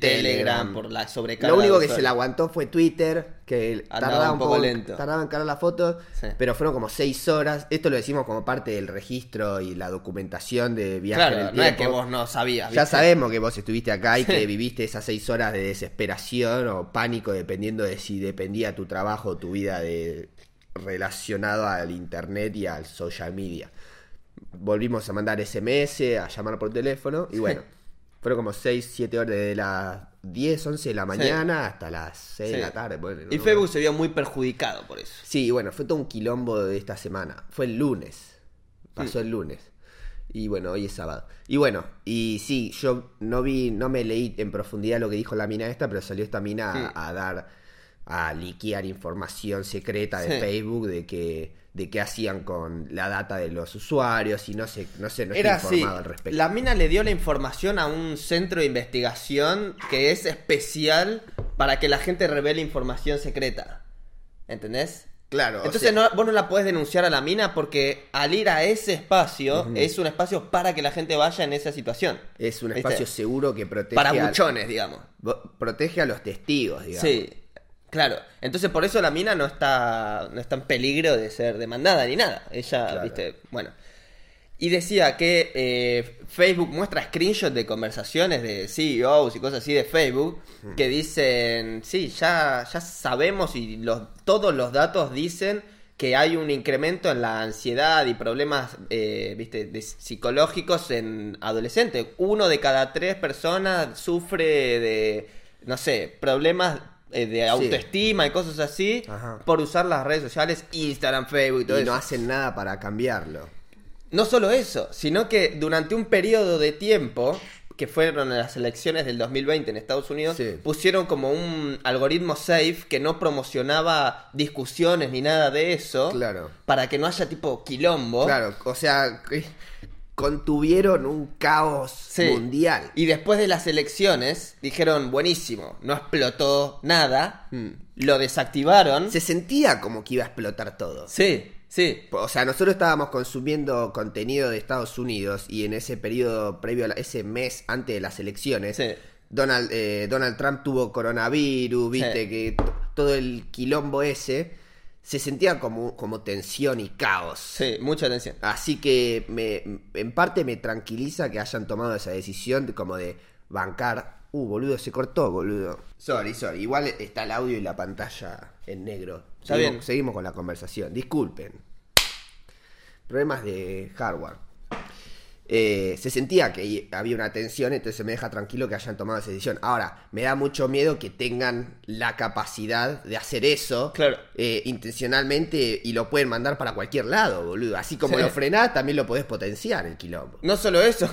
[SPEAKER 1] Telegram.
[SPEAKER 2] Telegram por la sobrecarga.
[SPEAKER 1] Lo único
[SPEAKER 2] de
[SPEAKER 1] que se la
[SPEAKER 2] usuarios.
[SPEAKER 1] aguantó fue Twitter, que
[SPEAKER 2] Andaba
[SPEAKER 1] tardaba
[SPEAKER 2] un
[SPEAKER 1] un
[SPEAKER 2] poco
[SPEAKER 1] poco,
[SPEAKER 2] lento.
[SPEAKER 1] tardaba en cargar las fotos,
[SPEAKER 2] Sí.
[SPEAKER 1] pero fueron como seis horas. Esto lo decimos como parte del registro y la documentación de viaje en
[SPEAKER 2] Claro,
[SPEAKER 1] el
[SPEAKER 2] no es
[SPEAKER 1] tiempo.
[SPEAKER 2] que vos no sabías.
[SPEAKER 1] Ya
[SPEAKER 2] ¿viste?
[SPEAKER 1] sabemos que vos estuviste acá y que viviste esas seis horas de desesperación o pánico, dependiendo de si dependía tu trabajo o tu vida de relacionado al internet y al social media. Volvimos a mandar SMS, a llamar por teléfono y bueno, fueron como seis, siete horas de las 10, 11 de la mañana hasta las 6 de
[SPEAKER 2] Sí.
[SPEAKER 1] la tarde. ponele,
[SPEAKER 2] Y
[SPEAKER 1] ¿no?
[SPEAKER 2] Facebook se vio muy perjudicado por eso.
[SPEAKER 1] Sí, y bueno, fue todo un quilombo de esta semana. Fue el lunes. Pasó el lunes. Y bueno, hoy es sábado. Y bueno, y sí, yo no vi, no me leí en profundidad lo que dijo la mina esta, pero salió esta mina a-
[SPEAKER 2] Sí.
[SPEAKER 1] a, dar, a liquear información secreta de
[SPEAKER 2] Sí.
[SPEAKER 1] Facebook de que de qué hacían con la data de los usuarios y no sé, no sé, no estoy
[SPEAKER 2] Era así.
[SPEAKER 1] informado al respecto.
[SPEAKER 2] La mina le dio la información a un centro de investigación que es especial para que la gente revele información secreta. ¿Entendés?
[SPEAKER 1] Claro, o
[SPEAKER 2] Entonces
[SPEAKER 1] sea-
[SPEAKER 2] no- vos no la podés denunciar a la mina porque al ir a ese espacio es un espacio para que la gente vaya en esa situación.
[SPEAKER 1] es un
[SPEAKER 2] ¿Viste?
[SPEAKER 1] espacio seguro que protege
[SPEAKER 2] para
[SPEAKER 1] a,
[SPEAKER 2] buchones, digamos.
[SPEAKER 1] bo- protege a los testigos, digamos.
[SPEAKER 2] Sí. Claro, entonces por eso la mina no está, no está en peligro de ser demandada ni nada. Ella,
[SPEAKER 1] Claro.
[SPEAKER 2] viste, bueno. Y decía que eh, Facebook muestra screenshots de conversaciones de CEOs y cosas así de Facebook
[SPEAKER 1] Hmm.
[SPEAKER 2] que dicen, sí, ya, ya sabemos y los, todos los datos dicen que hay un incremento en la ansiedad y problemas eh, ¿viste? de- psicológicos en adolescentes. Uno de cada tres personas sufre de, no sé, problemas eh, de autoestima y cosas así
[SPEAKER 1] Ajá.
[SPEAKER 2] por usar las redes sociales, Instagram, Facebook y todo
[SPEAKER 1] Y no
[SPEAKER 2] eso.
[SPEAKER 1] hacen nada para cambiarlo.
[SPEAKER 2] No solo eso, sino que durante un periodo de tiempo que fueron las elecciones del 2020 en Estados Unidos,
[SPEAKER 1] Sí.
[SPEAKER 2] pusieron como un algoritmo safe que no promocionaba discusiones ni nada de eso.
[SPEAKER 1] Claro.
[SPEAKER 2] Para que no haya tipo quilombo.
[SPEAKER 1] Claro, o sea, que contuvieron un caos
[SPEAKER 2] Sí.
[SPEAKER 1] mundial.
[SPEAKER 2] Y después de las elecciones dijeron, buenísimo, no explotó nada,
[SPEAKER 1] Mm.
[SPEAKER 2] lo desactivaron.
[SPEAKER 1] Se sentía como que iba a explotar todo.
[SPEAKER 2] sí. sí.
[SPEAKER 1] O sea, nosotros estábamos consumiendo contenido de Estados Unidos y en ese periodo previo, a la- ese mes antes de las elecciones,
[SPEAKER 2] Sí.
[SPEAKER 1] Donald, eh, Donald Trump tuvo coronavirus, viste
[SPEAKER 2] Sí.
[SPEAKER 1] que t- todo el quilombo ese, se sentía como, como tensión y caos.
[SPEAKER 2] Sí, mucha atención.
[SPEAKER 1] Así que me, en parte me tranquiliza que hayan tomado esa decisión de- como de bancar. Uh, boludo, se cortó, boludo. Sorry, sorry. Igual está el audio y la pantalla en negro.
[SPEAKER 2] Está
[SPEAKER 1] seguimos,
[SPEAKER 2] bien.
[SPEAKER 1] Seguimos con la conversación. Disculpen. Problemas de hardware. Eh, se sentía que hi- había una tensión, entonces me deja tranquilo que hayan tomado esa decisión. Ahora, me da mucho miedo que tengan la capacidad de hacer eso
[SPEAKER 2] Claro.
[SPEAKER 1] eh, intencionalmente y lo pueden mandar para cualquier lado, boludo. Así como
[SPEAKER 2] Sí.
[SPEAKER 1] lo frenás, también lo podés potenciar el quilombo.
[SPEAKER 2] No solo eso,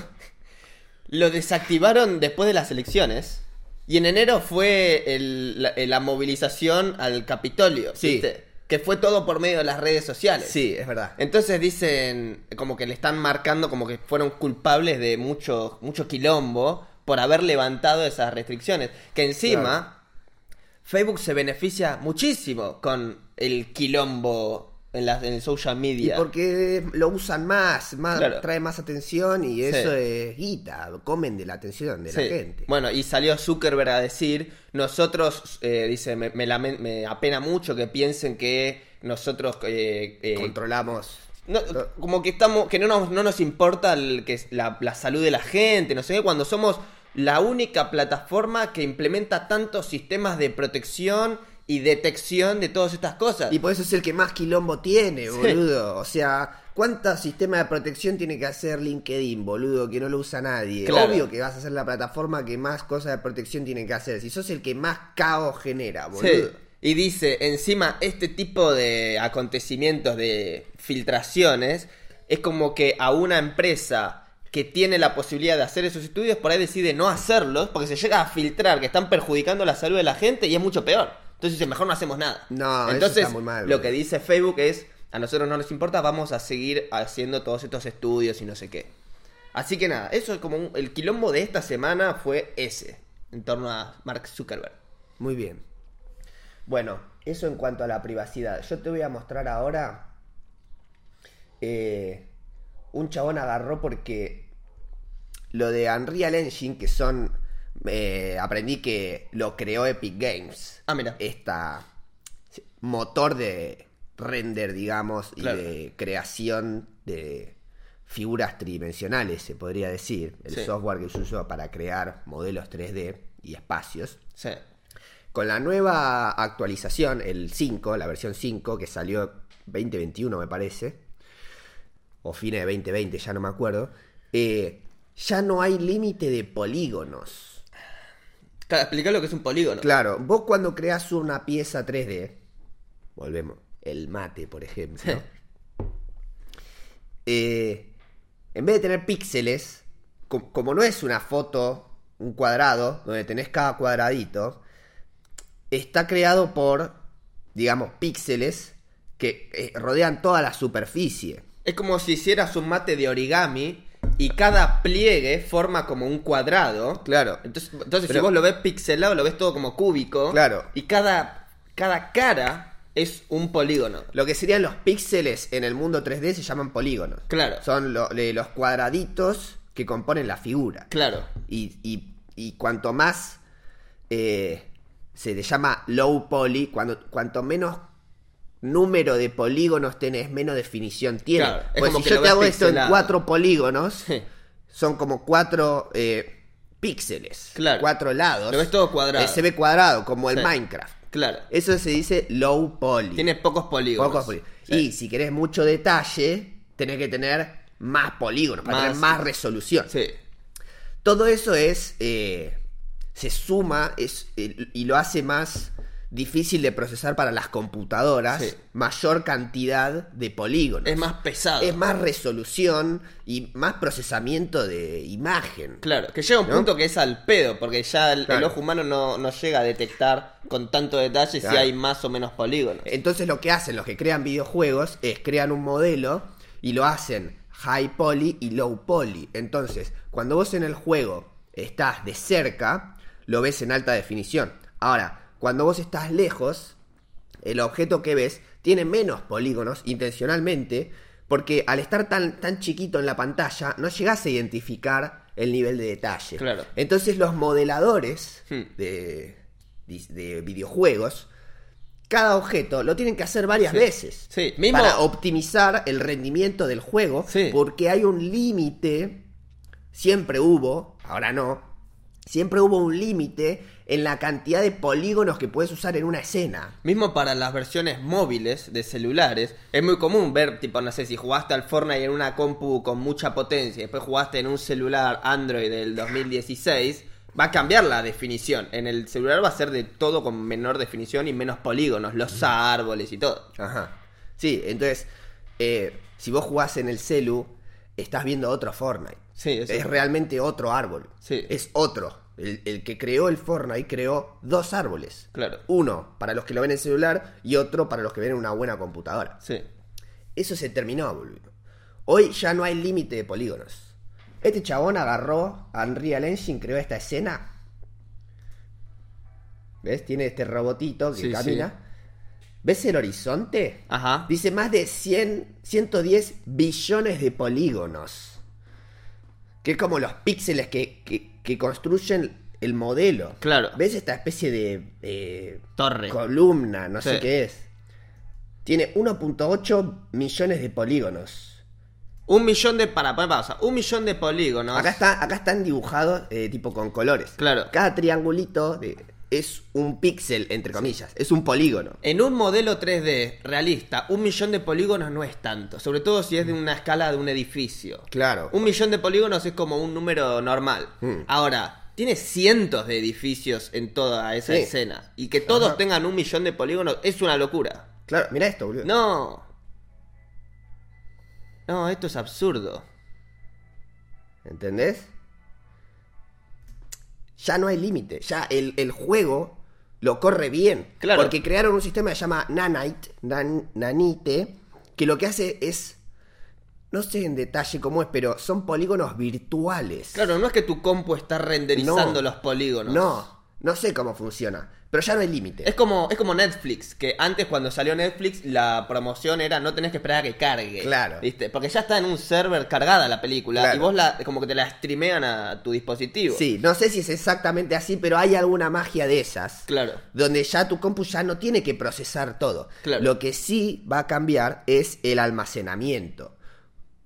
[SPEAKER 2] lo desactivaron después de las elecciones. Y en enero fue el- la, eh, la movilización al Capitolio,
[SPEAKER 1] Sí.
[SPEAKER 2] ¿viste? Que fue todo por medio de las redes sociales.
[SPEAKER 1] Sí, es verdad.
[SPEAKER 2] Entonces dicen, como que le están marcando como que fueron culpables de mucho, mucho quilombo por haber levantado esas restricciones. Que encima,
[SPEAKER 1] Claro.
[SPEAKER 2] Facebook se beneficia muchísimo con el quilombo en, la- en el social
[SPEAKER 1] Y
[SPEAKER 2] media.
[SPEAKER 1] porque lo usan más, más
[SPEAKER 2] Claro.
[SPEAKER 1] trae más atención y
[SPEAKER 2] Sí.
[SPEAKER 1] eso es guita, comen de la atención de la
[SPEAKER 2] Sí.
[SPEAKER 1] gente.
[SPEAKER 2] Bueno, y salió Zuckerberg a decir, nosotros, eh, dice, me, me lamen- me apena mucho que piensen que nosotros... eh, eh,
[SPEAKER 1] Controlamos.
[SPEAKER 2] no, como que estamos que no nos, no nos importa el, que es la, la salud de la gente, no sé qué, cuando somos la única plataforma que implementa tantos sistemas de protección y detección de todas estas cosas.
[SPEAKER 1] Y por eso es el que más quilombo tiene,
[SPEAKER 2] Sí.
[SPEAKER 1] boludo. O sea, ¿cuántos sistemas de protección tiene que hacer LinkedIn, boludo? Que no lo usa nadie.
[SPEAKER 2] Claro.
[SPEAKER 1] Obvio que vas a ser la plataforma que más cosas de protección tiene que hacer. Si sos el que más caos genera, boludo.
[SPEAKER 2] Sí. Y dice, encima, este tipo de acontecimientos, de filtraciones, es como que a una empresa que tiene la posibilidad de hacer esos estudios, por ahí decide no hacerlos, porque se llega a filtrar que están perjudicando la salud de la gente y es mucho peor. Entonces dice, mejor no hacemos nada.
[SPEAKER 1] No, eso
[SPEAKER 2] Entonces,
[SPEAKER 1] está muy mal,
[SPEAKER 2] lo
[SPEAKER 1] boludo.
[SPEAKER 2] que dice Facebook es, a nosotros no nos importa, vamos a seguir haciendo todos estos estudios y no sé qué. Así que nada, eso es como un- el quilombo de esta semana fue ese, en torno a Mark Zuckerberg.
[SPEAKER 1] Muy bien. Bueno, eso en cuanto a la privacidad. Yo te voy a mostrar ahora. eh, un chabón agarró porque lo de Unreal Engine, que son. eh, aprendí que lo creó Epic Games.
[SPEAKER 2] Ah, mira.
[SPEAKER 1] Esta motor de render, digamos,
[SPEAKER 2] Claro.
[SPEAKER 1] y de creación de figuras tridimensionales, se podría decir. El
[SPEAKER 2] Sí.
[SPEAKER 1] software que se usó para crear modelos 3D y espacios.
[SPEAKER 2] Sí.
[SPEAKER 1] Con la nueva actualización, el 5, la versión 5, que salió 2021 me parece, o fines de 2020, ya no me acuerdo, eh, ya no hay límite de polígonos.
[SPEAKER 2] Claro, explicar lo que es un polígono.
[SPEAKER 1] Claro, vos cuando creas una pieza 3D, volvemos, el mate, por ejemplo, eh, en vez de tener píxeles, co- como, no es una foto, un cuadrado, donde tenés cada cuadradito, está creado por, digamos, píxeles que eh, rodean toda la superficie.
[SPEAKER 2] Es como si hicieras un mate de origami y cada pliegue forma como un cuadrado.
[SPEAKER 1] Claro.
[SPEAKER 2] Entonces, entonces si
[SPEAKER 1] Pero-
[SPEAKER 2] vos lo ves pixelado, lo ves todo como cúbico.
[SPEAKER 1] Claro.
[SPEAKER 2] Y cada, cada cara es un polígono.
[SPEAKER 1] Lo que serían los píxeles en el mundo 3D se llaman polígonos.
[SPEAKER 2] Claro.
[SPEAKER 1] Son lo- le- los cuadraditos que componen la figura.
[SPEAKER 2] Claro. *laughs*
[SPEAKER 1] Y, y- y cuanto más eh, se le llama low poly, cuando, cuanto menos número de polígonos tenés, menos definición tiene.
[SPEAKER 2] Claro, es
[SPEAKER 1] pues
[SPEAKER 2] como
[SPEAKER 1] si
[SPEAKER 2] que
[SPEAKER 1] yo
[SPEAKER 2] lo
[SPEAKER 1] te
[SPEAKER 2] ves
[SPEAKER 1] hago esto en
[SPEAKER 2] pixelado.
[SPEAKER 1] cuatro polígonos,
[SPEAKER 2] *laughs* Sí.
[SPEAKER 1] son como cuatro eh, píxeles,
[SPEAKER 2] Claro.
[SPEAKER 1] cuatro lados.
[SPEAKER 2] Lo ves todo cuadrado.
[SPEAKER 1] Eh, se ve cuadrado, como el
[SPEAKER 2] Sí.
[SPEAKER 1] Minecraft.
[SPEAKER 2] Claro.
[SPEAKER 1] Eso se dice low poly.
[SPEAKER 2] Tiene pocos polígonos.
[SPEAKER 1] Pocos polígonos.
[SPEAKER 2] Sí.
[SPEAKER 1] Y si querés mucho detalle, tenés que tener más polígonos, para
[SPEAKER 2] Más-
[SPEAKER 1] tener más resolución.
[SPEAKER 2] Sí.
[SPEAKER 1] Todo eso es. eh, se suma es, eh, y lo hace más difícil de procesar para las computadoras,
[SPEAKER 2] Sí.
[SPEAKER 1] mayor cantidad de polígonos.
[SPEAKER 2] Es más pesado.
[SPEAKER 1] Es más resolución y más procesamiento de imagen.
[SPEAKER 2] Claro, que llega un
[SPEAKER 1] ¿No?
[SPEAKER 2] punto que es al pedo, porque ya el, el
[SPEAKER 1] Claro.
[SPEAKER 2] ojo humano no, no llega a detectar con tanto detalle si
[SPEAKER 1] Claro.
[SPEAKER 2] hay más o menos polígonos.
[SPEAKER 1] Entonces lo que hacen los que crean videojuegos es crean un modelo y lo hacen high poly y low poly. Entonces, cuando vos en el juego estás de cerca, lo ves en alta definición. Ahora, cuando vos estás lejos, el objeto que ves tiene menos polígonos intencionalmente, porque al estar tan, tan chiquito en la pantalla, no llegás a identificar el nivel de detalle.
[SPEAKER 2] Claro.
[SPEAKER 1] Entonces los modeladores
[SPEAKER 2] Hmm.
[SPEAKER 1] de, de videojuegos cada objeto lo tienen que hacer varias
[SPEAKER 2] Sí.
[SPEAKER 1] veces.
[SPEAKER 2] Sí, mismo-
[SPEAKER 1] Para optimizar el rendimiento del juego.
[SPEAKER 2] Sí.
[SPEAKER 1] Porque hay un límite. Siempre hubo, ahora no. Siempre hubo un límite en la cantidad de polígonos que puedes usar en una escena.
[SPEAKER 2] Mismo para las versiones móviles de celulares, es muy común ver, tipo, no sé, si jugaste al Fortnite en una compu con mucha potencia y después jugaste en un celular Android del 2016, va a cambiar la definición. En el celular va a ser de todo con menor definición y menos polígonos, los árboles y todo.
[SPEAKER 1] Ajá. Sí, entonces, eh, si vos jugás en el celu, estás viendo otro Fortnite.
[SPEAKER 2] Sí, eso
[SPEAKER 1] es
[SPEAKER 2] es-
[SPEAKER 1] realmente otro árbol.
[SPEAKER 2] Sí.
[SPEAKER 1] Es otro. El, el que creó el Fortnite creó dos árboles.
[SPEAKER 2] Claro.
[SPEAKER 1] Uno para los que lo ven en celular y otro para los que ven en una buena computadora.
[SPEAKER 2] Sí.
[SPEAKER 1] Eso se terminó, boludo. Hoy ya no hay límite de polígonos. Este chabón agarró a Unreal Engine, creó esta escena. ¿Ves? Tiene este robotito que
[SPEAKER 2] Sí,
[SPEAKER 1] camina. ¿Ves el horizonte?
[SPEAKER 2] Ajá.
[SPEAKER 1] Dice más de 100, 110 billones de polígonos. Que es como los píxeles que, que- que construyen el modelo.
[SPEAKER 2] Claro.
[SPEAKER 1] ¿Ves esta especie de eh,
[SPEAKER 2] Torre.
[SPEAKER 1] columna? No
[SPEAKER 2] Sí.
[SPEAKER 1] sé qué es. Tiene 1.8 millones de polígonos.
[SPEAKER 2] Un millón de... Para, para, pausa. Un millón de polígonos.
[SPEAKER 1] Acá, está, acá están dibujados eh, tipo con colores.
[SPEAKER 2] Claro.
[SPEAKER 1] Cada triangulito de- es un píxel, entre comillas. Es un polígono.
[SPEAKER 2] En un modelo 3D realista, un millón de polígonos no es tanto, sobre todo si es de una escala de un edificio.
[SPEAKER 1] Claro.
[SPEAKER 2] Un millón de polígonos es como un número normal.
[SPEAKER 1] Mm.
[SPEAKER 2] Ahora, tiene cientos de edificios en toda esa
[SPEAKER 1] Sí.
[SPEAKER 2] escena. Y que todos
[SPEAKER 1] Ajá.
[SPEAKER 2] tengan un millón de polígonos es una locura.
[SPEAKER 1] Claro, mira esto, boludo.
[SPEAKER 2] No. No, esto es absurdo.
[SPEAKER 1] ¿Entendés? Ya no hay límite. Ya el, el juego lo corre bien.
[SPEAKER 2] Claro.
[SPEAKER 1] Porque crearon un sistema que se llama Nanite, Nan- Nanite, que lo que hace es. No sé en detalle cómo es, pero son polígonos virtuales.
[SPEAKER 2] Claro, no es que tu compu está
[SPEAKER 1] No.
[SPEAKER 2] renderizando los polígonos.
[SPEAKER 1] No, no sé cómo funciona. Pero ya no hay límite.
[SPEAKER 2] Es como, es como Netflix, que antes cuando salió Netflix la promoción era no tenés que esperar a que cargue.
[SPEAKER 1] Claro.
[SPEAKER 2] ¿Viste? Porque ya está en un server cargada la película
[SPEAKER 1] Claro.
[SPEAKER 2] y vos la, como que te la streamean a tu dispositivo.
[SPEAKER 1] Sí, no sé si es exactamente así, pero hay alguna magia de esas.
[SPEAKER 2] Claro.
[SPEAKER 1] donde ya tu compu ya no tiene que procesar todo.
[SPEAKER 2] Claro.
[SPEAKER 1] Lo que sí va a cambiar es el almacenamiento.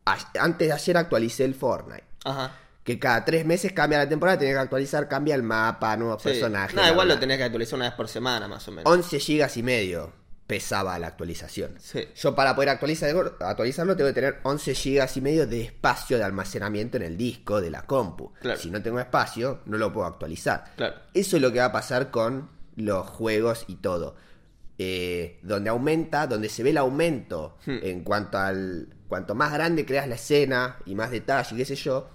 [SPEAKER 1] A- Antes de ayer actualicé el Fortnite.
[SPEAKER 2] Ajá.
[SPEAKER 1] Que cada tres meses cambia la temporada, tenés que actualizar, cambia el mapa, nuevos
[SPEAKER 2] Sí.
[SPEAKER 1] personajes.
[SPEAKER 2] No,
[SPEAKER 1] bla,
[SPEAKER 2] igual
[SPEAKER 1] bla.
[SPEAKER 2] lo tenés que actualizar una vez por semana más o menos.
[SPEAKER 1] 11 gigas y medio pesaba la actualización.
[SPEAKER 2] Sí.
[SPEAKER 1] Yo para poder actualizar, actualizarlo tengo que tener 11 gigas y medio de espacio de almacenamiento en el disco de la compu.
[SPEAKER 2] Claro.
[SPEAKER 1] Si no tengo espacio, no lo puedo actualizar.
[SPEAKER 2] Claro.
[SPEAKER 1] Eso es lo que va a pasar con los juegos y todo. Eh, donde aumenta, donde se ve el aumento
[SPEAKER 2] Hmm.
[SPEAKER 1] en cuanto al... Cuanto más grande creas la escena y más detalle, qué sé yo,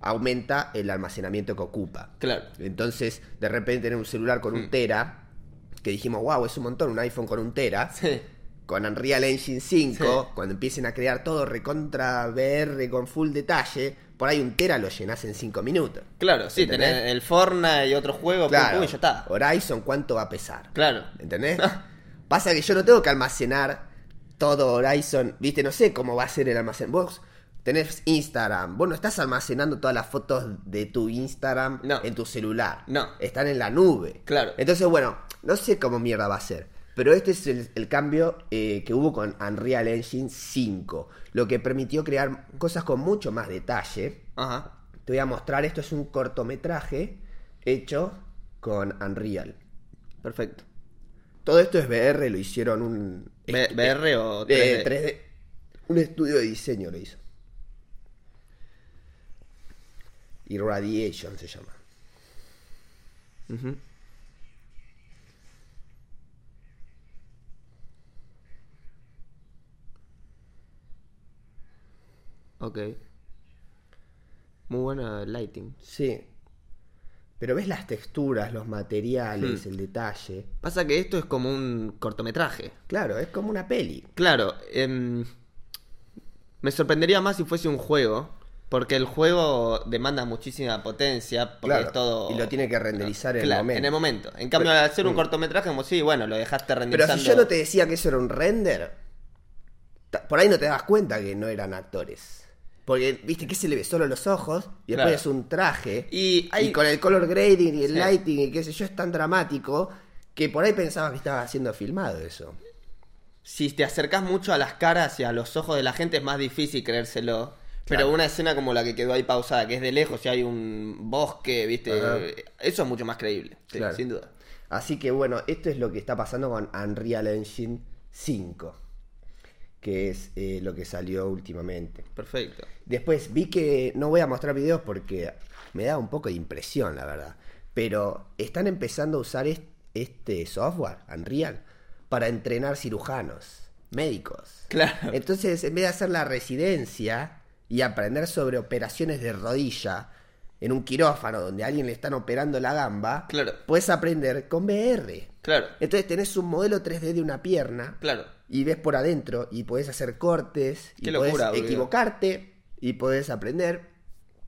[SPEAKER 1] aumenta el almacenamiento que ocupa.
[SPEAKER 2] Claro.
[SPEAKER 1] Entonces, de repente tener un celular con un
[SPEAKER 2] Hmm.
[SPEAKER 1] tera, que dijimos, wow, es un montón, un iPhone con un tera,
[SPEAKER 2] Sí.
[SPEAKER 1] con Unreal Engine 5, cuando empiecen a crear todo recontra VR con full detalle, por ahí un tera lo llenas en 5 minutos.
[SPEAKER 2] Claro, sí,
[SPEAKER 1] ¿Entendés?
[SPEAKER 2] tenés el Fortnite y otro juego, pum,
[SPEAKER 1] Claro,
[SPEAKER 2] pum, y ya está. Ah.
[SPEAKER 1] Horizon, ¿cuánto va a pesar?
[SPEAKER 2] Claro.
[SPEAKER 1] ¿Entendés? Pasa que yo no tengo que almacenar todo Horizon, viste, no sé cómo va a ser el almacén. Vos tenés Instagram, vos no estás almacenando todas las fotos de tu Instagram
[SPEAKER 2] No.
[SPEAKER 1] en tu celular.
[SPEAKER 2] No.
[SPEAKER 1] Están en la nube.
[SPEAKER 2] Claro.
[SPEAKER 1] Entonces, bueno, no sé cómo mierda va a ser. Pero este es el, el cambio eh, que hubo con Unreal Engine 5, lo que permitió crear cosas con mucho más detalle.
[SPEAKER 2] Ajá.
[SPEAKER 1] Te voy a mostrar, esto es un cortometraje hecho con Unreal.
[SPEAKER 2] Perfecto.
[SPEAKER 1] Todo esto es VR, lo hicieron un...
[SPEAKER 2] B-
[SPEAKER 1] estu-
[SPEAKER 2] ¿VR o 3D?
[SPEAKER 1] eh, 3D. Un estudio de diseño lo hizo. Irradiation se llama.
[SPEAKER 2] Ok. Muy buena lighting.
[SPEAKER 1] Sí. Pero ves las texturas, los materiales, el detalle.
[SPEAKER 2] Pasa que esto es como un cortometraje.
[SPEAKER 1] Claro, es como una peli.
[SPEAKER 2] Claro, em, me sorprendería más si fuese un juego, porque el juego demanda muchísima potencia, porque
[SPEAKER 1] Claro,
[SPEAKER 2] es todo...
[SPEAKER 1] y lo tiene que renderizar en el
[SPEAKER 2] Claro,
[SPEAKER 1] momento. mm.
[SPEAKER 2] En el momento. En cambio, al hacer un cortometraje, como sí, bueno, lo dejaste
[SPEAKER 1] Pero
[SPEAKER 2] renderizando.
[SPEAKER 1] si yo no te decía que eso era un render, ta- por ahí no te das cuenta que no eran actores. Porque, viste, que se le ve solo los ojos y después
[SPEAKER 2] Claro.
[SPEAKER 1] es un traje.
[SPEAKER 2] Y hay-
[SPEAKER 1] con el color grading y el
[SPEAKER 2] Sí.
[SPEAKER 1] lighting y qué sé yo, es tan dramático que por ahí pensabas que estaba siendo filmado eso.
[SPEAKER 2] Si te acercas mucho a las caras y a los ojos de la gente, es más difícil creérselo. Pero
[SPEAKER 1] Claro.
[SPEAKER 2] una escena como la que quedó ahí pausada, que es de lejos y hay un bosque, viste,
[SPEAKER 1] Ajá.
[SPEAKER 2] eso es mucho más creíble, sí,
[SPEAKER 1] Claro.
[SPEAKER 2] sin duda.
[SPEAKER 1] Así que bueno, esto es lo que está pasando con Unreal Engine 5, que es eh, lo que salió últimamente.
[SPEAKER 2] Perfecto.
[SPEAKER 1] Después vi que no voy a mostrar videos porque me da un poco de impresión, la verdad. Pero están empezando a usar es- este software, Unreal, para entrenar cirujanos, médicos.
[SPEAKER 2] Claro.
[SPEAKER 1] Entonces, en vez de hacer la residencia y aprender sobre operaciones de rodilla en un quirófano donde a alguien le están operando la gamba,
[SPEAKER 2] Claro.
[SPEAKER 1] puedes aprender con VR.
[SPEAKER 2] Claro,
[SPEAKER 1] Entonces tenés un modelo 3D de una pierna
[SPEAKER 2] claro.
[SPEAKER 1] y ves por adentro y podés hacer cortes y
[SPEAKER 2] Qué locura,
[SPEAKER 1] podés
[SPEAKER 2] boludo.
[SPEAKER 1] equivocarte y podés aprender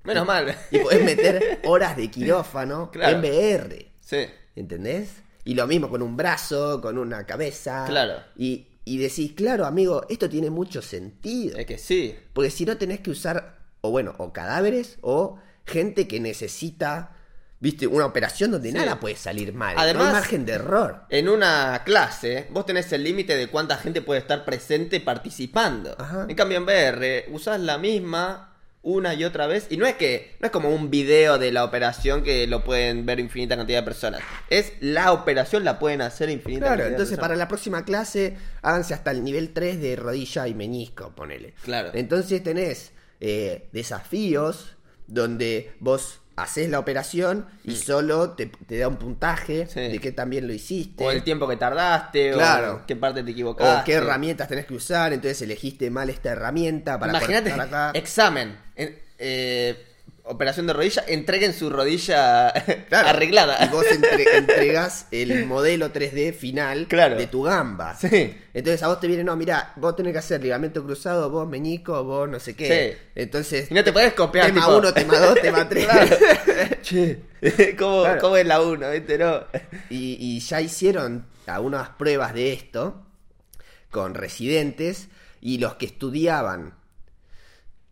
[SPEAKER 2] Menos mal.
[SPEAKER 1] Eh, y podés
[SPEAKER 2] *laughs*
[SPEAKER 1] meter horas de quirófano
[SPEAKER 2] Claro.
[SPEAKER 1] en VR,
[SPEAKER 2] Sí.
[SPEAKER 1] ¿entendés? Y lo mismo con un brazo, con una cabeza.
[SPEAKER 2] Claro.
[SPEAKER 1] Y, y decís, claro, amigo, esto tiene mucho sentido.
[SPEAKER 2] Es que sí.
[SPEAKER 1] Porque si no tenés que usar, o bueno, o cadáveres o gente que necesita, viste, una operación donde
[SPEAKER 2] Sí.
[SPEAKER 1] nada puede salir mal. no
[SPEAKER 2] Además-
[SPEAKER 1] hay margen de error.
[SPEAKER 2] En una clase, vos tenés el límite de cuánta gente puede estar presente participando.
[SPEAKER 1] Ajá.
[SPEAKER 2] En cambio, en VR, usás la misma una y otra vez. Y no es que, no es como un video de la operación que lo pueden ver infinita cantidad de personas. Es la operación, la pueden hacer infinita
[SPEAKER 1] Claro,
[SPEAKER 2] cantidad de
[SPEAKER 1] entonces para
[SPEAKER 2] personas.
[SPEAKER 1] la próxima clase háganse hasta el nivel 3 de rodilla y menisco, ponele.
[SPEAKER 2] Claro.
[SPEAKER 1] Entonces tenés eh, desafíos donde vos haces la operación y solo te, te da un puntaje
[SPEAKER 2] Hmm. Sí.
[SPEAKER 1] de que también lo hiciste.
[SPEAKER 2] O el tiempo que tardaste,
[SPEAKER 1] Claro.
[SPEAKER 2] o qué parte te equivocaste.
[SPEAKER 1] o qué herramientas tenés que usar, entonces elegiste mal esta herramienta para
[SPEAKER 2] Imagínate,
[SPEAKER 1] cortar acá.
[SPEAKER 2] examen. en- eh, operación de rodilla, entreguen su rodilla *laughs*
[SPEAKER 1] Claro.
[SPEAKER 2] arreglada.
[SPEAKER 1] Y vos
[SPEAKER 2] *laughs*
[SPEAKER 1] entre- entregás el modelo 3D final
[SPEAKER 2] Claro.
[SPEAKER 1] de tu gamba.
[SPEAKER 2] Sí.
[SPEAKER 1] Entonces a vos te viene, no, mirá, vos tenés que hacer ligamento cruzado, vos meñico, vos no sé qué.
[SPEAKER 2] Sí.
[SPEAKER 1] Entonces,
[SPEAKER 2] Y no te
[SPEAKER 1] *laughs*
[SPEAKER 2] podés copiar.
[SPEAKER 1] tema
[SPEAKER 2] tipo-
[SPEAKER 1] 1, tema 2, tema 3.
[SPEAKER 2] Claro. *laughs* Che, *laughs* ¿cómo,
[SPEAKER 1] Claro.
[SPEAKER 2] cómo es la 1? ¿Viste? No.
[SPEAKER 1] Y, y ya hicieron algunas pruebas de esto con residentes y los que estudiaban.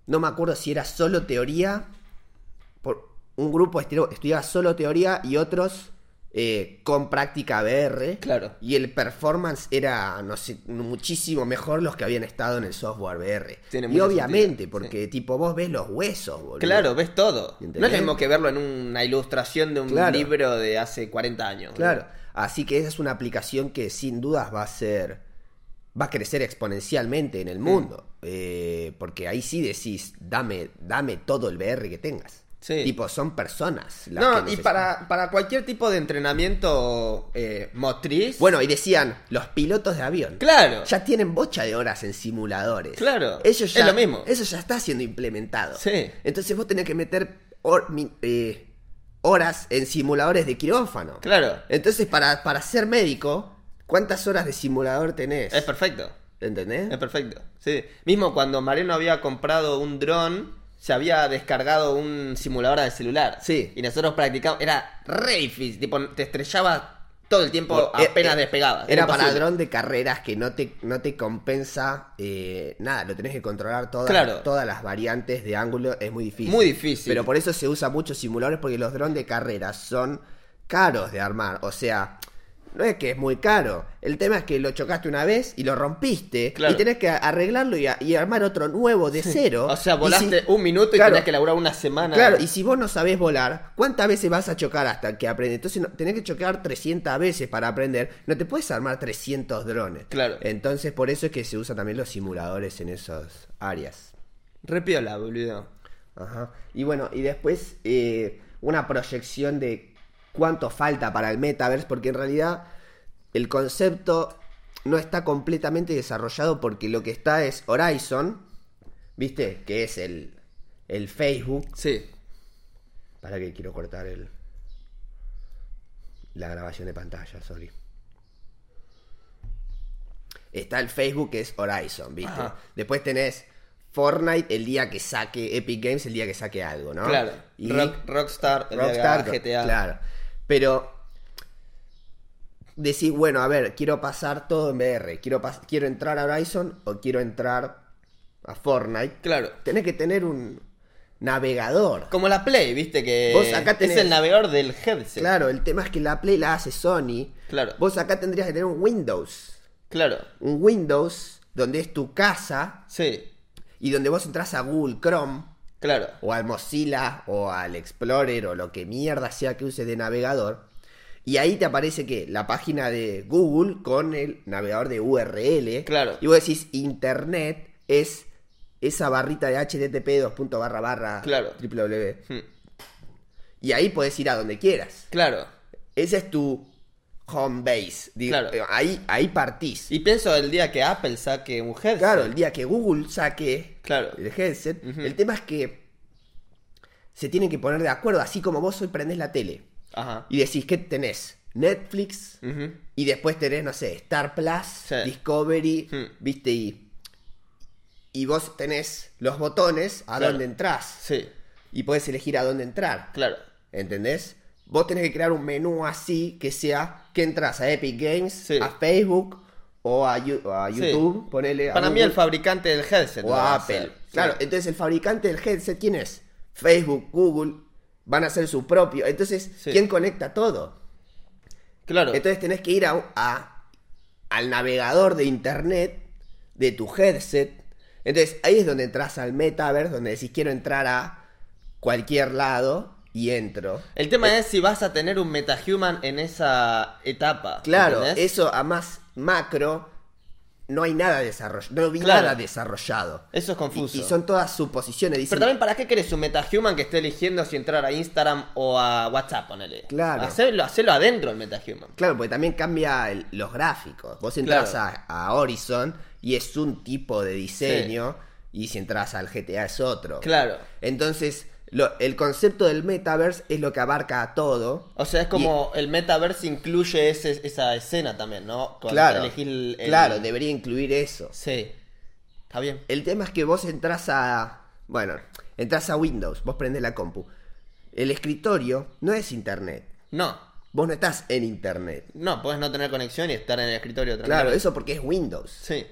[SPEAKER 1] No me acuerdo si era solo teoría. Por, un grupo estu- estudiaba solo teoría y otros eh, con práctica VR.
[SPEAKER 2] Claro.
[SPEAKER 1] Y el performance era, no sé, muchísimo mejor los que habían estado en el software VR.
[SPEAKER 2] Tiene
[SPEAKER 1] y
[SPEAKER 2] mucho
[SPEAKER 1] obviamente,
[SPEAKER 2] sentido,
[SPEAKER 1] porque tipo vos ves los huesos, boludo.
[SPEAKER 2] Claro, ves todo. No
[SPEAKER 1] ¿Entendés?
[SPEAKER 2] es lo mismo que verlo en una ilustración de un
[SPEAKER 1] Claro.
[SPEAKER 2] libro de hace 40 años.
[SPEAKER 1] Claro. Así que esa es una aplicación que sin dudas va a ser. va a crecer exponencialmente en el mundo. Eh, porque ahí sí decís, dame, dame todo el VR que tengas.
[SPEAKER 2] Sí.
[SPEAKER 1] Tipo, son personas. las
[SPEAKER 2] No,
[SPEAKER 1] que
[SPEAKER 2] y
[SPEAKER 1] neces-
[SPEAKER 2] para, para cualquier tipo de entrenamiento eh, motriz.
[SPEAKER 1] Bueno, y decían, los pilotos de avión.
[SPEAKER 2] claro.
[SPEAKER 1] Ya tienen bocha de horas en simuladores.
[SPEAKER 2] Claro,
[SPEAKER 1] Eso
[SPEAKER 2] es
[SPEAKER 1] ya,
[SPEAKER 2] lo mismo.
[SPEAKER 1] Eso ya está siendo implementado.
[SPEAKER 2] Sí.
[SPEAKER 1] Entonces vos tenés que meter hor- mi- eh, horas en simuladores de quirófano.
[SPEAKER 2] Claro.
[SPEAKER 1] Entonces, para, para ser médico, ¿cuántas horas de simulador tenés?
[SPEAKER 2] Es perfecto.
[SPEAKER 1] ¿Entendés?
[SPEAKER 2] Es perfecto. Sí. Mismo cuando Mariano había comprado un dron, se había descargado un simulador de celular.
[SPEAKER 1] Sí.
[SPEAKER 2] Y nosotros practicábamos. Era re difícil. Tipo, te estrellabas todo el tiempo
[SPEAKER 1] Eh,
[SPEAKER 2] apenas
[SPEAKER 1] eh,
[SPEAKER 2] despegabas.
[SPEAKER 1] Era para
[SPEAKER 2] imposible.
[SPEAKER 1] dron de carreras que no te, no te compensa eh, nada, lo tenés que controlar todas,
[SPEAKER 2] Claro.
[SPEAKER 1] todas las variantes de ángulo, es muy difícil.
[SPEAKER 2] Muy difícil.
[SPEAKER 1] Pero por eso se usa muchos simuladores porque los drones de carreras son caros de armar. O sea, no es que es muy caro. El tema es que lo chocaste una vez y lo rompiste
[SPEAKER 2] Claro.
[SPEAKER 1] y tenés que arreglarlo y, a- y armar otro nuevo de cero.
[SPEAKER 2] O sea,
[SPEAKER 1] Y si-
[SPEAKER 2] volaste un minuto y
[SPEAKER 1] Claro.
[SPEAKER 2] tenías que laburar una semana.
[SPEAKER 1] Claro, y si vos no sabés volar, ¿cuántas veces vas a chocar hasta que aprendes? Entonces no- tenés que chocar 300 veces para aprender. No te puedes armar 300 drones.
[SPEAKER 2] Claro.
[SPEAKER 1] Entonces por eso es que se usan también los simuladores en esas áreas.
[SPEAKER 2] Repiola, boludo.
[SPEAKER 1] Ajá. Y bueno, y después eh, una proyección de cuánto falta para el metaverse, porque en realidad el concepto no está completamente desarrollado porque lo que está es Horizon, ¿Viste? Que es el, el Facebook.
[SPEAKER 2] Sí.
[SPEAKER 1] Para que quiero cortar el la grabación de pantalla, sorry. Está el Facebook que es Horizon, ¿viste?
[SPEAKER 2] Ajá.
[SPEAKER 1] Después tenés Fortnite el día que saque Epic Games, el día que saque algo, ¿no?
[SPEAKER 2] Claro.
[SPEAKER 1] Y
[SPEAKER 2] Rock- Rockstar, el
[SPEAKER 1] Rockstar,
[SPEAKER 2] de GTA.
[SPEAKER 1] claro. Pero decís, bueno, a ver, quiero pasar todo en VR, quiero pas- quiero entrar a Horizon o quiero entrar a Fortnite.
[SPEAKER 2] Claro.
[SPEAKER 1] Tenés que tener un navegador.
[SPEAKER 2] Como la Play, viste que
[SPEAKER 1] Vos acá tenés-
[SPEAKER 2] es el navegador del headset.
[SPEAKER 1] Claro, el tema es que la Play la hace Sony.
[SPEAKER 2] Claro.
[SPEAKER 1] Vos acá tendrías que tener un Windows.
[SPEAKER 2] Claro.
[SPEAKER 1] Un Windows donde es tu casa
[SPEAKER 2] Sí.
[SPEAKER 1] y donde vos entras a Google Chrome
[SPEAKER 2] Claro.
[SPEAKER 1] o al Mozilla o al Explorer o lo que mierda sea que uses de navegador. Y ahí te aparece que la página de Google con el navegador de URL.
[SPEAKER 2] Claro.
[SPEAKER 1] Y vos decís internet es esa barrita de http dos punto barra barra
[SPEAKER 2] Claro.
[SPEAKER 1] www.
[SPEAKER 2] Hmm.
[SPEAKER 1] Y ahí podés ir a donde quieras.
[SPEAKER 2] Claro.
[SPEAKER 1] Ese es tu home base. Digo,
[SPEAKER 2] Claro.
[SPEAKER 1] eh, Ahí, ahí partís.
[SPEAKER 2] Y pienso el día que Apple saque un headset.
[SPEAKER 1] claro, el día que Google saque
[SPEAKER 2] Claro.
[SPEAKER 1] el headset,
[SPEAKER 2] Ujú.
[SPEAKER 1] el tema es que se tienen que poner de acuerdo, así como vos hoy prendés la tele
[SPEAKER 2] Ajá.
[SPEAKER 1] y decís que tenés Netflix
[SPEAKER 2] Ujú.
[SPEAKER 1] y después tenés, no sé, Star Plus,
[SPEAKER 2] Sí.
[SPEAKER 1] Discovery,
[SPEAKER 2] Hmm.
[SPEAKER 1] viste, y, y vos tenés los botones a
[SPEAKER 2] Claro.
[SPEAKER 1] dónde entrás
[SPEAKER 2] Sí.
[SPEAKER 1] y podés elegir a dónde entrar.
[SPEAKER 2] Claro.
[SPEAKER 1] ¿Entendés? Vos tenés que crear un menú así que sea que entras a Epic Games,
[SPEAKER 2] Sí.
[SPEAKER 1] a Facebook o a, Yu- o a
[SPEAKER 2] Sí.
[SPEAKER 1] YouTube, ponele Eh, a
[SPEAKER 2] Para mí el
[SPEAKER 1] Google,
[SPEAKER 2] fabricante del headset.
[SPEAKER 1] o
[SPEAKER 2] lo va
[SPEAKER 1] a
[SPEAKER 2] a
[SPEAKER 1] Apple.
[SPEAKER 2] hacer. Sí.
[SPEAKER 1] Claro, entonces el fabricante del headset, ¿quién es? Facebook, Google, van a hacer su propio. Entonces,
[SPEAKER 2] Sí.
[SPEAKER 1] ¿quién conecta todo?
[SPEAKER 2] Claro.
[SPEAKER 1] Entonces tenés que ir a, a- al navegador de internet de tu headset. Entonces ahí es donde entras al metaverse, donde decís quiero entrar a cualquier lado y entro.
[SPEAKER 2] El tema es si vas a tener un metahuman en esa etapa.
[SPEAKER 1] Claro,
[SPEAKER 2] ¿entendés?
[SPEAKER 1] eso a más macro no hay nada desarrollado, no vi
[SPEAKER 2] Claro.
[SPEAKER 1] nada desarrollado.
[SPEAKER 2] Eso es
[SPEAKER 1] Y,
[SPEAKER 2] confuso.
[SPEAKER 1] y son todas suposiciones, dicen,
[SPEAKER 2] Pero también, ¿para qué querés un metahuman que esté eligiendo si entrar a Instagram o a WhatsApp, ponele?
[SPEAKER 1] Claro.
[SPEAKER 2] Hacelo, hacelo adentro el metahuman.
[SPEAKER 1] claro, porque también cambia el- los gráficos. Vos entras
[SPEAKER 2] Claro.
[SPEAKER 1] a, a Horizon y es un tipo de diseño y si entras al GTA es otro.
[SPEAKER 2] Claro.
[SPEAKER 1] Entonces, lo- el concepto del metaverse es lo que abarca a todo.
[SPEAKER 2] O sea, es como el metaverse incluye ese- esa escena también, ¿no? Con
[SPEAKER 1] claro,
[SPEAKER 2] elegir el- el-
[SPEAKER 1] claro, debería incluir eso.
[SPEAKER 2] Sí. Está bien.
[SPEAKER 1] El tema es que vos entras a. Bueno, entras a Windows, vos prendés la compu. El escritorio no es internet.
[SPEAKER 2] No.
[SPEAKER 1] Vos no estás en internet.
[SPEAKER 2] No, puedes no tener conexión y estar en el escritorio otra
[SPEAKER 1] Claro,
[SPEAKER 2] vez.
[SPEAKER 1] eso porque es Windows.
[SPEAKER 2] Sí.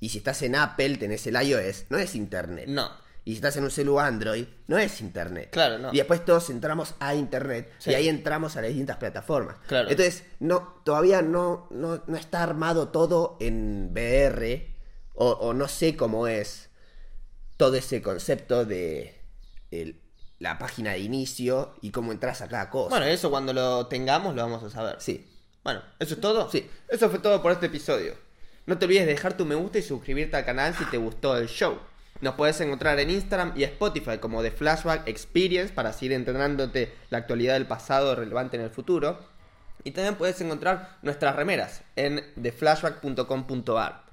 [SPEAKER 1] Y si estás en Apple, tenés el iOS, no es internet.
[SPEAKER 2] No.
[SPEAKER 1] Y si estás en un celular Android, no es internet.
[SPEAKER 2] Claro, no.
[SPEAKER 1] Y después todos entramos a internet
[SPEAKER 2] Sí.
[SPEAKER 1] y ahí entramos a las distintas plataformas.
[SPEAKER 2] Claro.
[SPEAKER 1] Entonces, no, todavía no, no, no está armado todo en VR o, o no sé cómo es todo ese concepto de el- la página de inicio y cómo entras a cada cosa.
[SPEAKER 2] Bueno, eso cuando lo tengamos lo vamos a saber.
[SPEAKER 1] sí.
[SPEAKER 2] Bueno, ¿eso es todo?
[SPEAKER 1] Sí.
[SPEAKER 2] Eso fue todo por este episodio. No te olvides de dejar tu me gusta y suscribirte al canal si te gustó el show. Nos puedes encontrar en Instagram y Spotify como The Flashback Experience para seguir entrenándote la actualidad del pasado relevante en el futuro. Y también puedes encontrar nuestras remeras en theflashback.com.ar.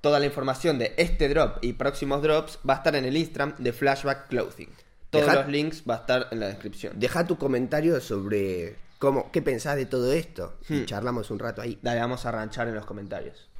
[SPEAKER 2] Toda la información de este drop y próximos drops va a estar en el Instagram de Flashback Clothing. Todos
[SPEAKER 1] Deja-
[SPEAKER 2] los links va a estar en la descripción.
[SPEAKER 1] Deja tu comentario
[SPEAKER 2] Hmm.
[SPEAKER 1] sobre cómo, qué pensás de todo esto. Y charlamos un rato ahí.
[SPEAKER 2] Dale, vamos a ranchar en los comentarios.